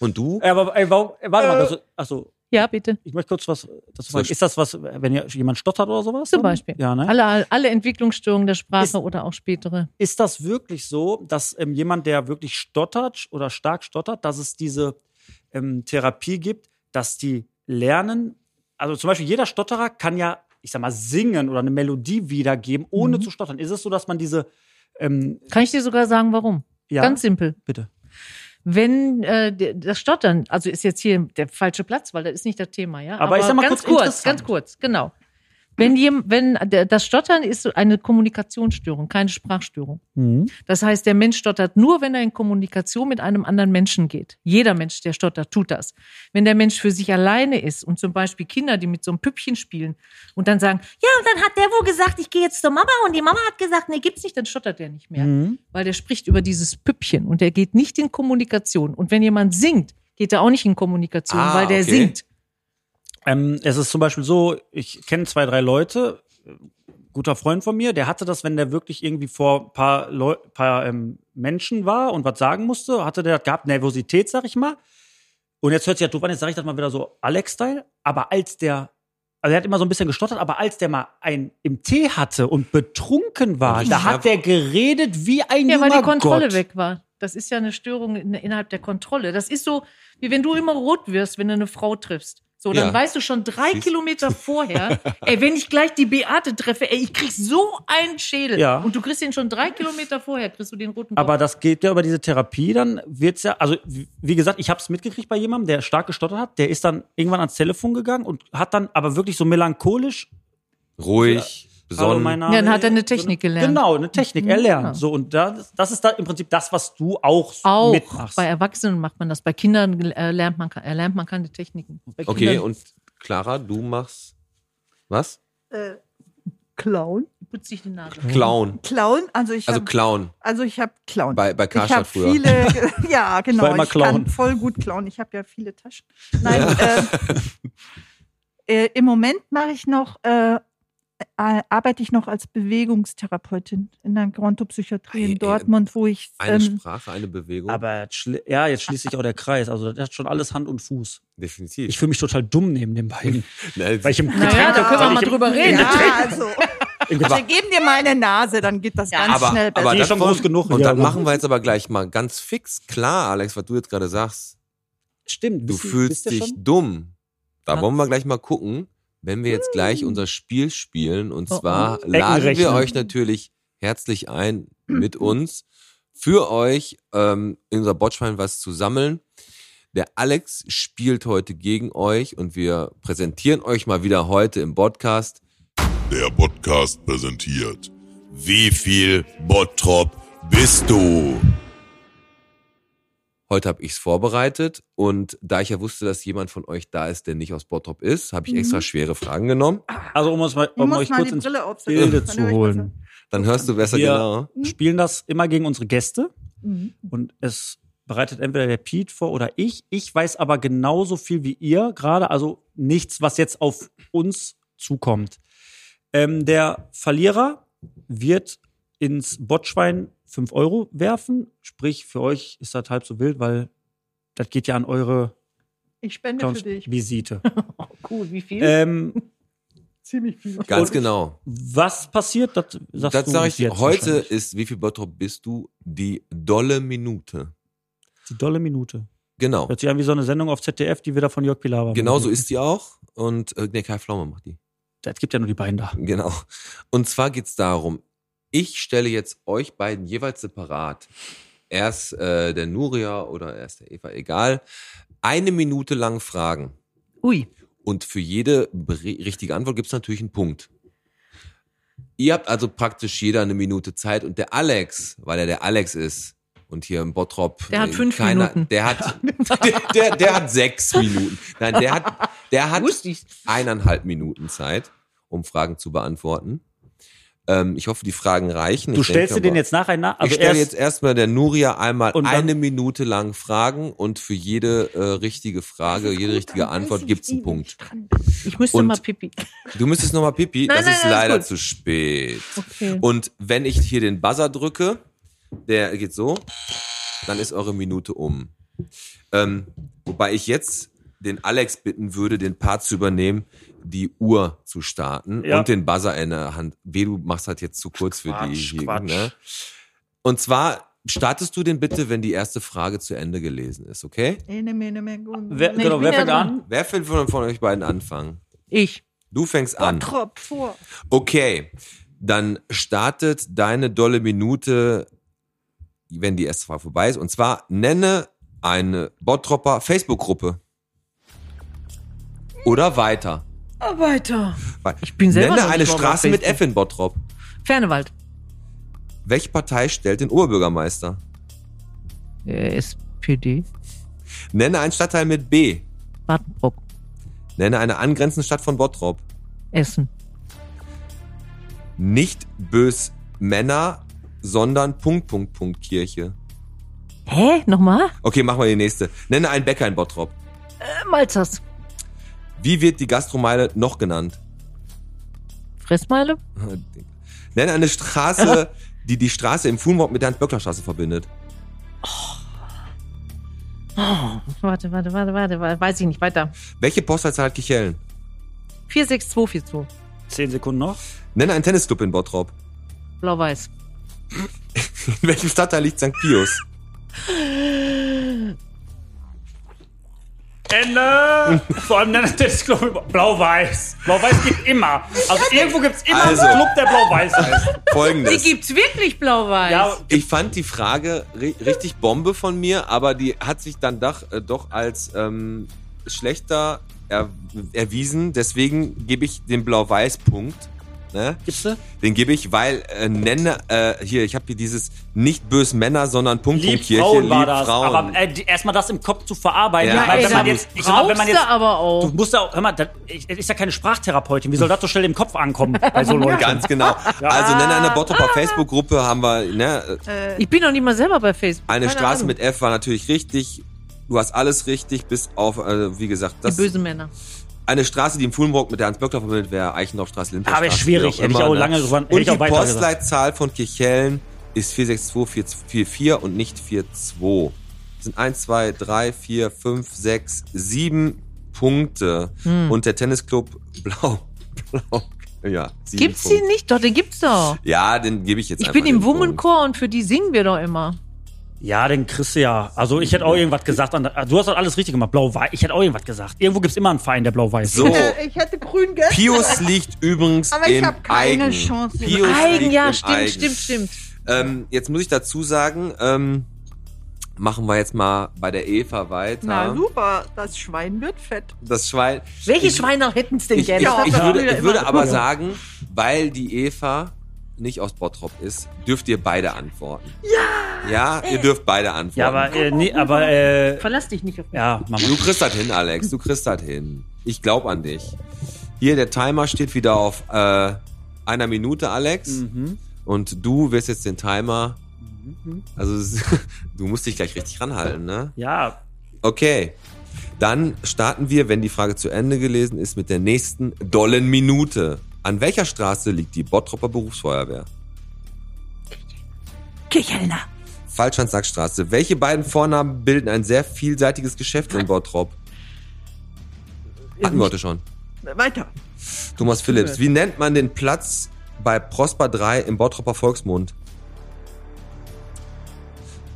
Und du?
Äh, aber ey, warum, ey, warte mal, das, achso,
Ja, bitte.
ich möchte kurz was dazu
So
sagen. Ist das was, wenn ihr, jemand stottert oder sowas?
Zum Beispiel.
Ja, ne?
Alle, alle Entwicklungsstörungen der Sprache
Ist-
oder auch spätere.
Ist das wirklich so, dass ähm, jemand, der wirklich stottert oder stark stottert, dass es diese ähm, Therapie gibt, dass die lernen, also zum Beispiel jeder Stotterer kann ja, ich sag mal, singen oder eine Melodie wiedergeben, ohne zu stottern. Ist es so, dass man diese, ähm,
Kann ich dir sogar sagen, warum?
ja,
Ganz simpel.
bitte.
Wenn äh, der- das Stottern, also ist jetzt hier der falsche Platz, weil das ist nicht das Thema, ja.
Aber ich sag mal
ganz
kurz
kurz,
interessant.
ganz kurz, genau. Wenn, jem, wenn der, das Stottern ist so eine Kommunikationsstörung, keine Sprachstörung. Das heißt, der Mensch stottert nur, wenn er in Kommunikation mit einem anderen Menschen geht. Jeder Mensch, der stottert, tut das. Wenn der Mensch für sich alleine ist und zum Beispiel Kinder, die mit so einem Püppchen spielen und dann sagen,
Ja, und dann hat der wohl gesagt, ich gehe jetzt zur Mama und die Mama hat gesagt, nee,
gibt's nicht, dann stottert der nicht mehr.
Mhm.
Weil der spricht über dieses Püppchen und der geht nicht in Kommunikation. Und wenn jemand singt, geht er auch nicht in Kommunikation,
Ah,
weil der
okay.
singt.
Ähm, es ist zum Beispiel so, ich kenne zwei, drei Leute, äh, guter Freund von mir, der hatte das, wenn der wirklich irgendwie vor ein paar, Leu paar ähm, Menschen war und was sagen musste, hatte der gehabt, Nervosität, sag ich mal. Und jetzt hört sich ja doof an, jetzt sage ich das mal wieder so Alex-Style, aber als der, also er hat immer so ein bisschen gestottert, aber als der mal ein im Tee hatte und betrunken war, da hat der geredet wie ein
Ja,
junger
weil die Kontrolle
Gott.
weg war. Das ist ja eine Störung in, innerhalb der Kontrolle. Das ist so, wie wenn du immer rot wirst, wenn du eine Frau triffst. So, dann
Ja.
weißt du schon drei
Siehst-
Kilometer vorher, ey, wenn ich gleich die Beate treffe, ey, ich krieg so einen Schädel.
Ja.
Und du kriegst den schon drei Kilometer vorher, kriegst du den roten Kopf.
Aber das geht ja über diese Therapie, dann wird's ja, also wie wie gesagt, ich habe es mitgekriegt bei jemandem, der stark gestottert hat, der ist dann irgendwann ans Telefon gegangen und hat dann aber wirklich so melancholisch
Ruhig,
Hallo,
besonnen.
mein Name
Ja, dann hat er eine
ist-
Technik gelernt. Mhm.
Genau, eine Technik erlernt.
Ja.
So und das, das ist da im Prinzip das, was du auch,
Auch
mitmachst.
bei Erwachsenen macht man das. Bei Kindern äh, lernt man, erlernt man keine Techniken. Bei
okay,
Kindern-
und Clara, du machst was?
äh, Clown?
Putz dich die Nase.
Clown.
Clown? Also ich
Also
hab-
Clown.
Also ich habe Clown.
Bei- bei
ich
Karstadt
hab
früher.
viele, ja genau,
war immer
ich kann
Clown.
voll gut klauen. Ich habe ja viele Taschen. Nein, ähm, äh, äh, im Moment mache ich noch, äh, äh, arbeite ich noch als Bewegungstherapeutin in der Grontopsychiatrie
Ei,
in
ey,
Dortmund, wo ich
äh, Eine
ähm,
Sprache, eine Bewegung.
aber jetzt schli- ja, jetzt schließt sich auch der Kreis. Also das hat schon alles Hand und Fuß.
Definitiv.
Ich fühle mich total dumm neben den beiden.
Nein,
Weil ich im
Naja, da können wir
weil
mal
ich im-
drüber reden.
ja, also,
im
wir geben dir mal eine Nase, dann geht das ganz
aber,
schnell besser.
aber
Die ist
das
schon
wollen-
groß genug,
Und
ja,
dann
aber-
machen wir jetzt aber gleich mal ganz fix klar, Alex, was du jetzt gerade sagst.
Stimmt.
Du
wisst ihr-
fühlst
wisst ihr
dich
schon?
dumm. Da
Ja.
wollen wir gleich mal gucken, wenn wir jetzt gleich unser Spiel spielen. Und
Mm. Oh, oh.
zwar
Ecken
laden wir
rechnen.
euch natürlich herzlich ein,
Mm.
mit uns für euch ähm, in unser Botschwein was zu sammeln. Der Alex spielt heute gegen euch und wir präsentieren euch mal wieder heute im Podcast
Der Podcast präsentiert.
Wie viel Bottrop bist du?
Heute habe ich's vorbereitet und da ich ja wusste, dass jemand von euch da ist, der nicht aus Bottrop ist, habe ich extra schwere Fragen genommen.
Also um, uns mal,
Ich
um
muss
euch
mal
kurz
die
ins
Brille aufsetzen.
Bilde
dann
zu
höre ich
holen.
Dann hörst du besser
Wir
genau.
Hm?
spielen das immer gegen unsere Gäste
Mhm.
und es bereitet entweder der Pete vor oder ich. Ich weiß aber genauso viel wie ihr gerade, also nichts, was jetzt auf uns zukommt. Ähm, der Verlierer wird ins Botschwein 5 Euro werfen, sprich für euch ist das halb so wild, weil das geht ja an eure
besser. Ich spende für dich.
Clowns-Visite.
Cool, wie viel?
ähm,
Ziemlich viel.
Ganz genau.
was passiert? Das sagst
Das
du
sage ich
jetzt
dir. Heute
wahrscheinlich.
ist, wie viel Bottrop bist du? Die dolle Minute.
Die dolle Minute.
Genau.
Hört sich an wie so eine Sendung auf ZDF, die wir da von Jörg Pilawa
Genauso
machen.
ist die auch. Und äh, nee, Kai Pflaume macht die.
Es gibt ja nur die beiden da.
Genau. Und zwar geht's darum, ich stelle jetzt euch beiden jeweils separat, erst äh, der Nuria oder erst der Eva, egal, eine Minute lang Fragen.
Ui.
Und für jede bri- richtige Antwort gibt's natürlich einen Punkt. Ihr habt also praktisch jeder eine Minute Zeit und der Alex, weil er der Alex ist und hier im Bottrop.
Der hat
äh,
fünf Minuten.
Der hat, der, der, der hat sechs Minuten. Nein, der hat, der hat
oh. Wusste ich.
eineinhalb Minuten Zeit, um Fragen zu beantworten. Ähm, ich hoffe, die Fragen reichen.
Du
Ich
stellst dir
denke
den
aber-
jetzt nacheinander. Also
ich stelle
erst,
jetzt erstmal der Nuria einmal
Und dann-
eine Minute lang Fragen und für jede äh, richtige Frage, jede richtige Antwort gibt's
eh
einen Punkt.
Ich müsste
Und-
mal pipi.
Du müsstest nochmal pipi,
Nein,
das
nein,
ist
alles
leider
gut.
zu spät.
Okay.
Und wenn ich hier den Buzzer drücke, der geht so, dann ist eure Minute um. Ähm, wobei ich jetzt den Alex bitten würde, den Part zu übernehmen, die Uhr zu starten
Ja.
und den Buzzer in der Hand. Weh, du machst halt jetzt zu kurz für die
Quatsch,
hier.
Quatsch.
Ne? Und zwar startest du den bitte, wenn die erste Frage zu Ende gelesen ist, okay?
Ene, mene, mene, gune.
wer,
ich
genau,
bin
wer
ja
fängt
dran.
an?
Wer will von, von euch beiden anfangen?
Ich.
Du fängst an.
Bottrop vor.
Okay, dann startet deine dolle Minute, wenn die erste Frage vorbei ist. Und zwar nenne eine Bottropper Facebook-Gruppe. Oder weiter.
Oh, weiter.
Wei-
Ich bin selber
Nenne
noch
eine
nicht mal auf
Straße mit F
Facebook.
in Bottrop.
Fernewald.
Welche Partei stellt den Oberbürgermeister?
Äh, SPD.
Nenne einen Stadtteil mit B.
Badenbrock.
Nenne eine angrenzende Stadt von Bottrop.
Essen.
Nicht bös Männer, sondern Punkt, Punkt, Punkt Kirche.
Hä? Nochmal?
Okay, machen wir die nächste. Nenne einen Bäcker in Bottrop.
Äh, Malzers.
Wie wird die Gastromeile noch genannt?
Fressmeile?
Nenn eine Straße, die die Straße im Fuhlenwort mit der Hans-Böckler-Straße verbindet.
Oh, warte, warte, warte, warte, warte, weiß ich nicht, weiter.
Welche Postleitzahl hat Kichellen?
46242,
Zehn Sekunden noch.
Nenne einen Tennisclub in Bottrop.
blau-weiß.
In welchem Stadtteil liegt St. Pius?
Ende! Vor allem nennt das Club über- Blau-Weiß. Blau-Weiß gibt immer. Also irgendwo gibt's immer
Also.
einen Club, der Blau-Weiß heißt.
Folgendes.
gibt's wirklich blau-weiß.
Ja,
Ich fand die Frage ri richtig Bombe von mir, aber die hat sich dann doch, äh, doch als ähm, schlechter er erwiesen. Deswegen gebe ich den Blau-Weiß-Punkt. Ne?
gibt's ne?
Den gebe ich, weil äh, nenne äh, hier, ich habe hier dieses nicht bös Männer, sondern Punkt
Lieb
Punkt Kirche,
Frauen
lieb
war das.
Frauen.
Aber äh, die- erstmal das im Kopf zu verarbeiten.
Ja,
weil
ey,
wenn man
da
jetzt, ich sag mal, wenn man jetzt,
aber auch.
du musst ja, hör mal, das ich- das ist ja keine Sprachtherapeutin. Wie soll das so schnell im Kopf ankommen bei so Leuten?
Ganz genau. Also nenne eine
Ah.
Bottroper Facebook-Gruppe haben wir, ne? äh,
Ich bin noch nicht mal selber bei Facebook.
Eine
Keine
Straße
Ahnung.
mit F war natürlich richtig. Du hast alles richtig, bis auf, äh, wie gesagt,
Die
das.
bösen Männer.
Eine Straße, die im Fuhlenburg mit der Hans-Böckler verbindet, wäre Eichendorfstraße, Lindhorststraße.
Aber ist schwierig,
wie ne?
hätte ich auch lange drüber- hätte
Und
ich auch
die
weiter gesagt.
Postleitzahl von Kirchhellen ist 462444 und nicht 42. Das sind 1, 2, 3, 4, 5, 6, 7 Punkte.
Hm.
Und der Tennisclub blau. blau ja, sieben
Gibt's die nicht? Doch, den gibt's doch.
Ja, den gebe ich jetzt
Ich
einfach
bin im
den Punkt.
Womanchor und für die singen wir doch immer.
Ja, den kriegst du ja. Also ich hätte auch irgendwas gesagt. an- Du hast halt alles richtig gemacht. Blau-Weiß. Ich hätte auch irgendwas gesagt. Irgendwo gibt's immer einen Verein, der Blau-Weiß
So.
ist.
Äh, Ich hätte grün gell?
Pius liegt übrigens
Aber ich
im
hab keine
Eigen.
Chance.
Pius
Eigen,
liegt
ja,
im
stimmt,
Eigen.
stimmt, stimmt.
Ähm, jetzt muss ich dazu sagen, ähm, machen wir jetzt mal bei der Eva weiter.
Na super, das Schwein wird fett.
Das Schwein.
Welche
Ich-
Schweine hätten's denn
Ich, ich,
gerne?
ich
Das hat
würde,
früher
ich würde
immer-
aber sagen, weil die Eva nicht aus Bottrop ist, dürft ihr beide antworten. Ja! Ja, ihr dürft beide antworten.
Ja, aber, äh, nee, aber, äh,
Verlass dich nicht auf mich.
ja, Mama.
Du kriegst das hin, Alex. Du kriegst das hin. Ich glaub an dich. Hier, der Timer steht wieder auf äh, einer Minute, Alex.
Mhm.
Und du wirst jetzt den Timer. Also, es- du musst dich gleich richtig ranhalten, ne?
Ja,
Okay. Dann starten wir, wenn die Frage zu Ende gelesen ist, mit der nächsten dollen Minute. An welcher Straße liegt die Bottropper Berufsfeuerwehr?
Kirchhellner.
Falschhandsackstraße. Welche beiden Vornamen bilden ein sehr vielseitiges Geschäft in Bottrop? Hatten wir heute schon.
Weiter.
Thomas Phillips, wie nennt man den Platz bei Prosper 3 im Bottropper Volksmund?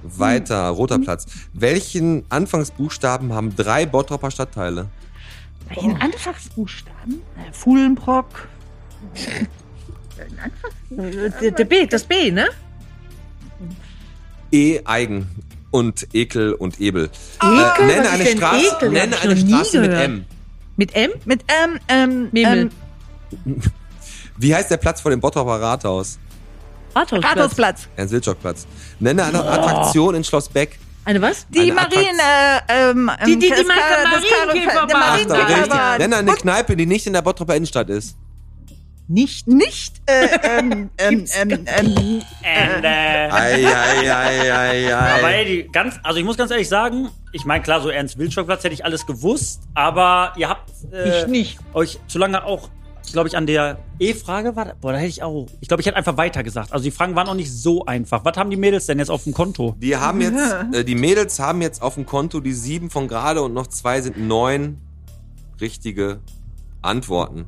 Hm.
Weiter, roter Platz. Welchen Anfangsbuchstaben haben drei Bottropper Stadtteile?
Welchen Anfangsbuchstaben?
Fuhlenbrock.
Der, der B, das B, ne?
E eigen und Ekel und Ebel. Äh,
Ekel?
nenne
Was
eine
ist denn
Straße,
Ekel?
nenne
Hab ich
eine
noch nie
Straße mit
gehört.
M.
Mit M?
Mit ähm, ähm,
Memel.
ähm
Wie heißt der Platz vor dem Bottroper Rathaus?
Rathausplatz.
Rathausplatz.
Ernst-Wilczok-Platz. Nenne
Oh.
eine Attraktion in Schloss Beck.
Eine was?
Eine
Die
Attrax-
Marien, äh, ähm,
Die- die- die
das
Marke
Kar- das
Marienkäferbahn.
Karrenfeld- der
Achtung,
Marienkäferbahn.
richtig.
Marienkäferbahn.
Nenne eine Kneipe, die nicht in der Bottroper Innenstadt ist.
Nicht, nicht, äh, ähm, ähm, ähm, ähm,
Ende.
Ei, ei, ei, ei,
Aber
ei.
ey, die ganz, also ich muss ganz ehrlich sagen, ich meine, klar, so Ernst Wildschock-Platz hätte ich alles gewusst, aber ihr habt äh,
Ich nicht.
euch zu lange auch, glaube ich, an der E-Frage war. Boah, da hätte ich auch. Ich glaube, ich hätte einfach weiter gesagt. Also die Fragen waren auch nicht so einfach. Was haben die Mädels denn jetzt auf dem Konto?
Die haben jetzt, äh, die Mädels haben jetzt auf dem Konto die sieben von gerade und noch zwei sind neun richtige Antworten.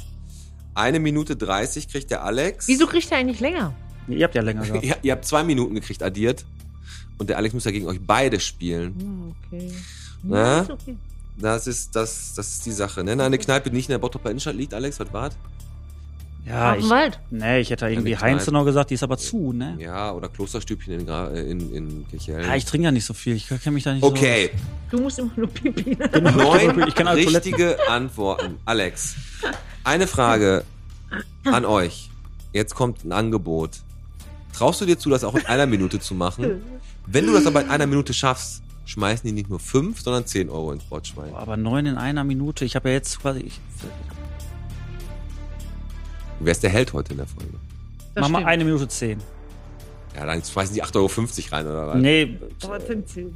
Eine Minute dreißig kriegt der Alex.
Wieso kriegt er eigentlich länger?
Nee, Ihr habt ja länger gehabt.
Ihr, ihr habt zwei Minuten gekriegt, addiert. Und der Alex muss ja gegen euch beide spielen.
Okay. Hm,
Ja, ist Das ist, das, das ist die Sache. Nenne eine Kneipe, die nicht in der Bottroper Innenstadt liegt, Alex, was war's?
Ja, Ah, ich,
Wald.
nee, ich hätte da irgendwie
Ja, nicht
Heinzenau gesagt, die ist aber zu, ne?
Ja, oder Klosterstübchen in, Gra äh, in, in Kirchhellen.
Ja, ich trinke ja nicht so viel. Ich kenne mich da nicht
okay,
Du musst immer nur pipi.
neun
Ich kann alle
richtige Antworten. Alex, eine Frage an euch. Jetzt kommt ein Angebot. Traust du dir zu, das auch in einer Minute zu machen? Wenn du das aber in einer Minute schaffst, schmeißen die nicht nur fünf, sondern zehn Euro ins Botschwein.
so. Aber neun in einer Minute. Ich habe ja jetzt quasi. Ich,
Wer ist der Held heute in der Folge?
mach mal eine Minute zehn.
Ja, dann schmeißen die 8,50 Euro rein oder was?
Nee,
Trotzdem zählt.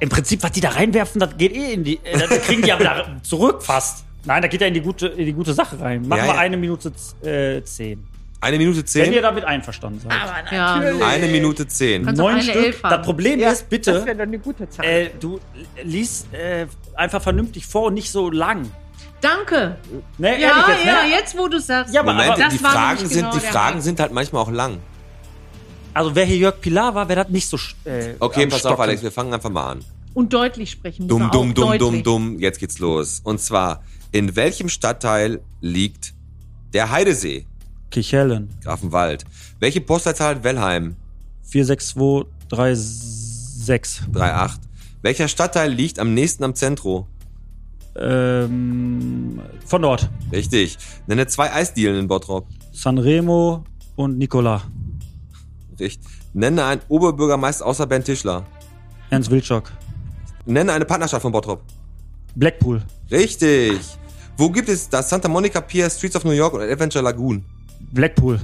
im Prinzip, was die da reinwerfen, das geht eh in die. Äh, das kriegen die aber da zurück fast. Nein, da geht er in die gute, in die gute Sache rein. Machen
Ja,
wir
ja.
eine Minute z- äh, zehn.
Eine Minute
Wenn ihr
zehn?
damit einverstanden seid.
Aber natürlich.
Eine Minute zehn.
Kannst auch
Neun
Ah, eine
Stück.
Elf haben.
Das Problem ist,
Das
bitte,
wäre doch eine gute Zahl.
äh, du liest äh, einfach vernünftig vor und nicht so lang.
Danke.
Ne,
Ja,
ehrlich jetzt, ne?
ja, jetzt wo du sagst.
Ja, aber-
Moment,
aber-
die
Das war
Fragen,
nämlich
sind,
genau
die
der
Fragen
Haken.
sind halt manchmal auch lang.
Also wer hier Jörg Pilar war, wäre das nicht so. sch- Äh,
Okay,
am
pass
Stocken.
auf, Alex, wir fangen einfach mal an.
Und deutlich sprechen. müssen
Dumm,
wir
dumm,
auch.
dumm, dumm,
Deutlich.
dumm. Jetzt geht's los. Und zwar, in welchem Stadtteil liegt der Heidesee?
Kichellen.
Grafenwald. Welche Postleitzahl hat Wellheim?
46236.
3,8. Welcher Stadtteil liegt am nächsten am Zentro?
Ähm, von dort.
Richtig. Nenne zwei Eisdielen in Bottrop.
Sanremo und Nicola.
Richtig. Nenne einen Oberbürgermeister außer Ben Tischler.
Ernst Wilczok.
Nenne eine Partnerschaft von Bottrop.
Blackpool.
Richtig. Wo gibt es das Santa Monica Pier, Streets of New York und Adventure Lagoon?
Blackpool.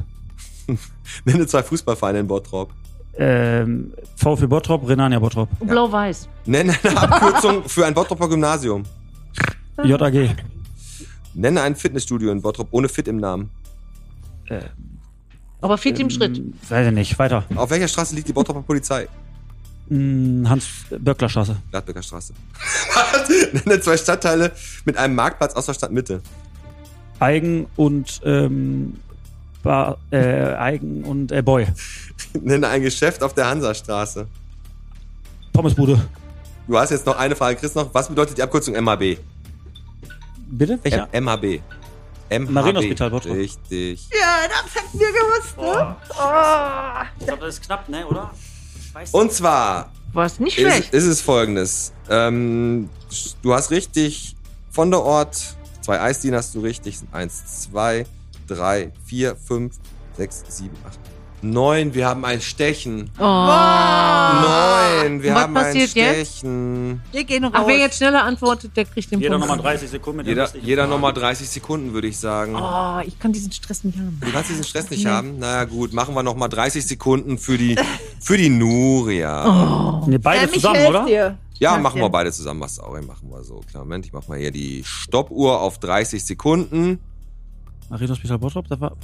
Nenne zwei Fußballvereine in Bottrop.
Ähm, VfB Bottrop, Renania Bottrop.
Blau-Weiß.
Nenne eine Abkürzung für ein Bottroper Gymnasium.
JAG.
Nenne ein Fitnessstudio in Bottrop ohne Fit im Namen.
Aber fit im Schritt.
Ähm, Weiß ich nicht. Weiter.
Auf welcher Straße liegt die Bottroper Polizei?
Hm, Hans-Böckler-Straße.
Gladbecker Straße. Nenne zwei Stadtteile mit einem Marktplatz aus der Stadtmitte.
Eigen und ähm, Ba- äh, Eigen und äh, Boy.
Nenne ein Geschäft auf der Hansastraße.
Pommesbude.
Du hast jetzt noch eine Frage, Chris, noch. Was bedeutet die Abkürzung MHB?
Bitte? Welcher?
M- MHB. MHB.
Marienhospital, Bottrop.
Richtig.
Ja, das hätten wir gewusst, ne?
Ich glaube, das ist knapp, ne, oder?
Und zwar
War es nicht
ist,
schlecht.
ist es folgendes. Ähm, du hast richtig von der Ort, zwei Eisdielen hast du richtig, sind eins, zwei, drei, vier, fünf, sechs, sieben, acht, neun. Wir haben ein Stechen.
Oh.
Neun, wir
Und was
haben ein
passiert jetzt?
Stechen.
Wir gehen raus.
Ach, wer jetzt schneller antwortet, der kriegt den
Jeder
Punkt.
nochmal 30 Sekunden. mit der
Jeder,
restlichen
jeder
Frage.
nochmal 30 Sekunden, würde ich sagen.
Oh, ich kann diesen Stress nicht haben.
Du kannst diesen Stress nicht haben. Naja, gut, machen wir nochmal 30 Sekunden für die, für die
Oh,
Nuria.
Nee, beide
Äh,
Ähm, ich
zusammen,
helf
oder?
Dir.
ja,
mach
machen wir
dir.
beide zusammen. Was auch, ey, machen wir so. Klar, Moment, ich mach mal hier die Stoppuhr auf 30 Sekunden.
Marienhospital Bottrop, da war.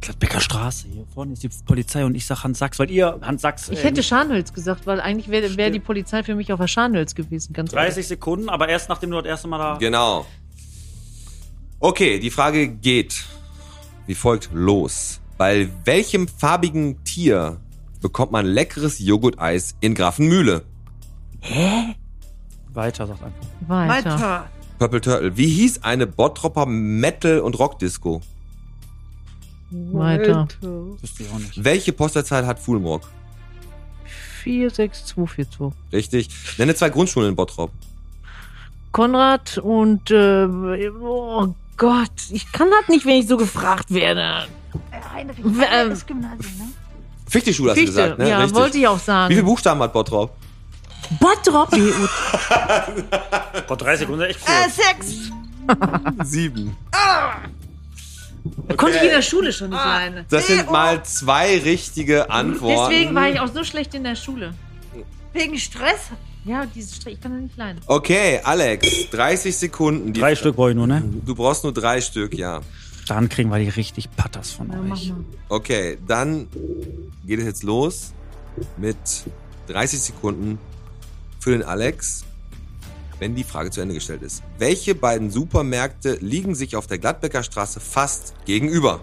Gladbecker Straße, hier vorne ist die Polizei und ich sag Hans Sachs, weil ihr Hans Sachs.
Ich
äh,
hätte
nicht-
Scharnhölz gesagt, weil eigentlich wäre wär die Polizei für mich auf der Scharnhölz gewesen. Ganz ehrlich.
30 Sekunden, aber erst nachdem du das erste Mal da.
Genau. Okay, die Frage geht wie folgt los. Bei welchem farbigen Tier bekommt man leckeres Joghurt-Eis in Grafenmühle?
Weiter, sagt einfach.
Weiter.
Weiter.
Purple Turtle. Wie hieß eine Bottropper Metal- und Rockdisco?
Weiter.
Wüsste ich auch nicht.
Welche Postleitzahl hat Fulmrock?
46242.
Richtig. Nenne zwei Grundschulen in Bottrop.
Konrad und äh, oh Gott, ich kann das nicht, wenn ich so gefragt werde.
Heinrich,
Äh,
W- ähm,
das Gymnasium, ne?
Fichte-Schule hast
Fichte,
du gesagt, ne?
ja,
Richtig.
wollte ich auch
Wie viele
sagen.
Buchstaben hat Bottrop?
Bottrop.
Boah, 30 Sekunden ist echt
Äh,
Also-
cool.
sechs.
Sieben.
Da konnte ich in der Schule schon nicht alleine.
Das sind mal zwei richtige Antworten.
Äh, oh. Deswegen war ich auch so schlecht in der Schule.
Wegen Stress.
Ja, dieses Strich, ich kann das nicht leiden.
Okay, Alex, 30 Sekunden. Die-
Drei Stück brauche ich nur, ne?
Du brauchst nur drei Stück, ja.
Dann kriegen wir die richtig Patters von
Ja, mach
euch.
mal.
Okay, dann geht es jetzt los mit 30 Sekunden für den Alex, wenn die Frage zu Ende gestellt ist. Welche beiden Supermärkte liegen sich auf der Gladbecker Straße fast gegenüber?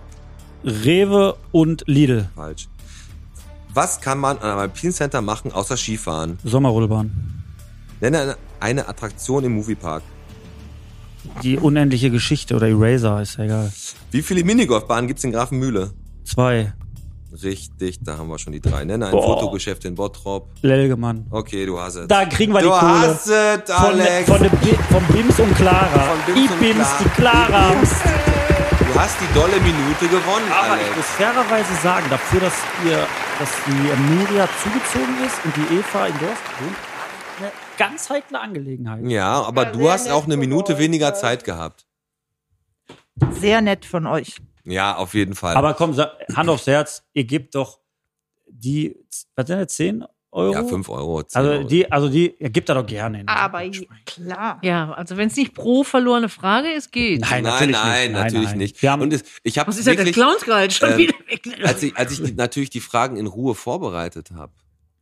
Rewe und Lidl,
Falsch. Was kann man an einem Alpine Center machen, außer Skifahren?
Sommerrollbahn.
Nenne eine- eine Attraktion im Moviepark.
Die unendliche Geschichte oder Eraser, ist ja egal.
Wie viele Minigolfbahnen gibt's in Grafenmühle?
Zwei.
Richtig, da haben wir schon die drei. Nenne ein
Boah.
Fotogeschäft in Bottrop.
Lelgemann.
Okay, du hast es.
Da kriegen wir die
du
Kohle.
hast es,
Von,
Alex.
von, dem Bi- vom Bims und Clara.
Von
I
Bims und
Bims,
Clara.
die Clara.
Du hast die dolle Minute gewonnen,
Aber ich muss
Alex.
fairerweise sagen, dafür, dass ihr, dass die Nuria zugezogen ist und die Eva in Dorf wohnt, eine ganz heikle Angelegenheit.
Ja, aber
Ja,
du
sehr
hast
nett
auch eine
von
Minute
euch,
weniger
ja.
Zeit gehabt.
Sehr nett von euch.
Ja, auf jeden Fall.
Aber komm, sa- Hand aufs Herz, ihr gebt doch die, was sind das, 10 Euro?
Ja, 5 Euro. 10
Also
Euro.
die, also die ja, gibt er doch gerne. hin.
Aber klar.
Ja, also wenn es nicht pro verlorene Frage ist, geht.
Nein, nein,
natürlich nicht.
nein,
Nein,
natürlich
nein.
nicht. Und es, ich habe
Was ist ja der Clownsgehalt schon
ähm,
wieder weg?
als ich, als ich die, natürlich die Fragen in Ruhe vorbereitet habe,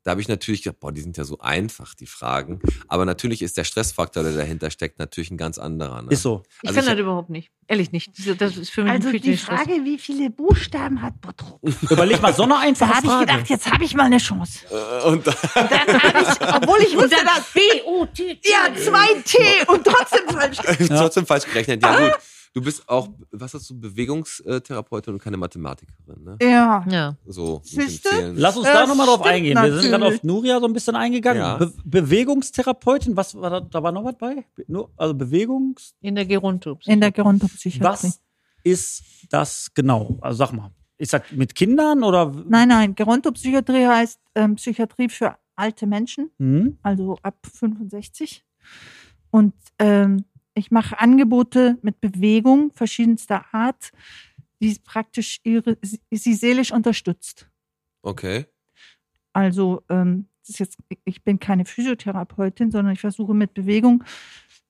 da habe ich natürlich gedacht, boah, die sind ja so einfach, die Fragen. Aber natürlich ist der Stressfaktor, der dahinter steckt, natürlich ein ganz anderer. Ne?
Ist so.
Ich
Also
kann das
ich,
überhaupt nicht. Ehrlich nicht. Diese- Das ist
Hm,
für mich
Also
fühlt
die
mich Stress.
Frage, wie viele Buchstaben hat Bottrop?
Überleg mal, so eine
Da
einfache
habe ich
Frage.
gedacht, jetzt habe ich mal eine Chance.
äh, und da,
Obwohl ich wusste das.
B-O-T.
Ja, zwei T und trotzdem falsch.
trotzdem falsch gerechnet. Ja gut, du bist auch, was hast du, Bewegungstherapeutin und keine Mathematikerin, ne?
Ja.
Ja.
So, mit dem
Siehste?
Zählen.
Lass uns
Das
da nochmal drauf
stimmt
eingehen. Wir sind gerade
natürlich.
auf Nuria so ein bisschen eingegangen.
Ja.
Be Bewegungstherapeutin, was war da, da war noch was bei? Be nur, also Bewegungs.
In der Gerontops.
In der Gerontopsychiatrie.
Was ist das genau? Also sag mal, ist das mit Kindern oder?
Nein, nein, Gerontopsychiatrie heißt ähm, Psychiatrie für alte Menschen,
Hm?
also ab 65. Und ähm, ich mache Angebote mit Bewegung verschiedenster Art, die praktisch ihre, sie, sie seelisch unterstützt.
Okay.
Also ähm, das ist jetzt, ich bin keine Physiotherapeutin, sondern ich versuche mit Bewegung,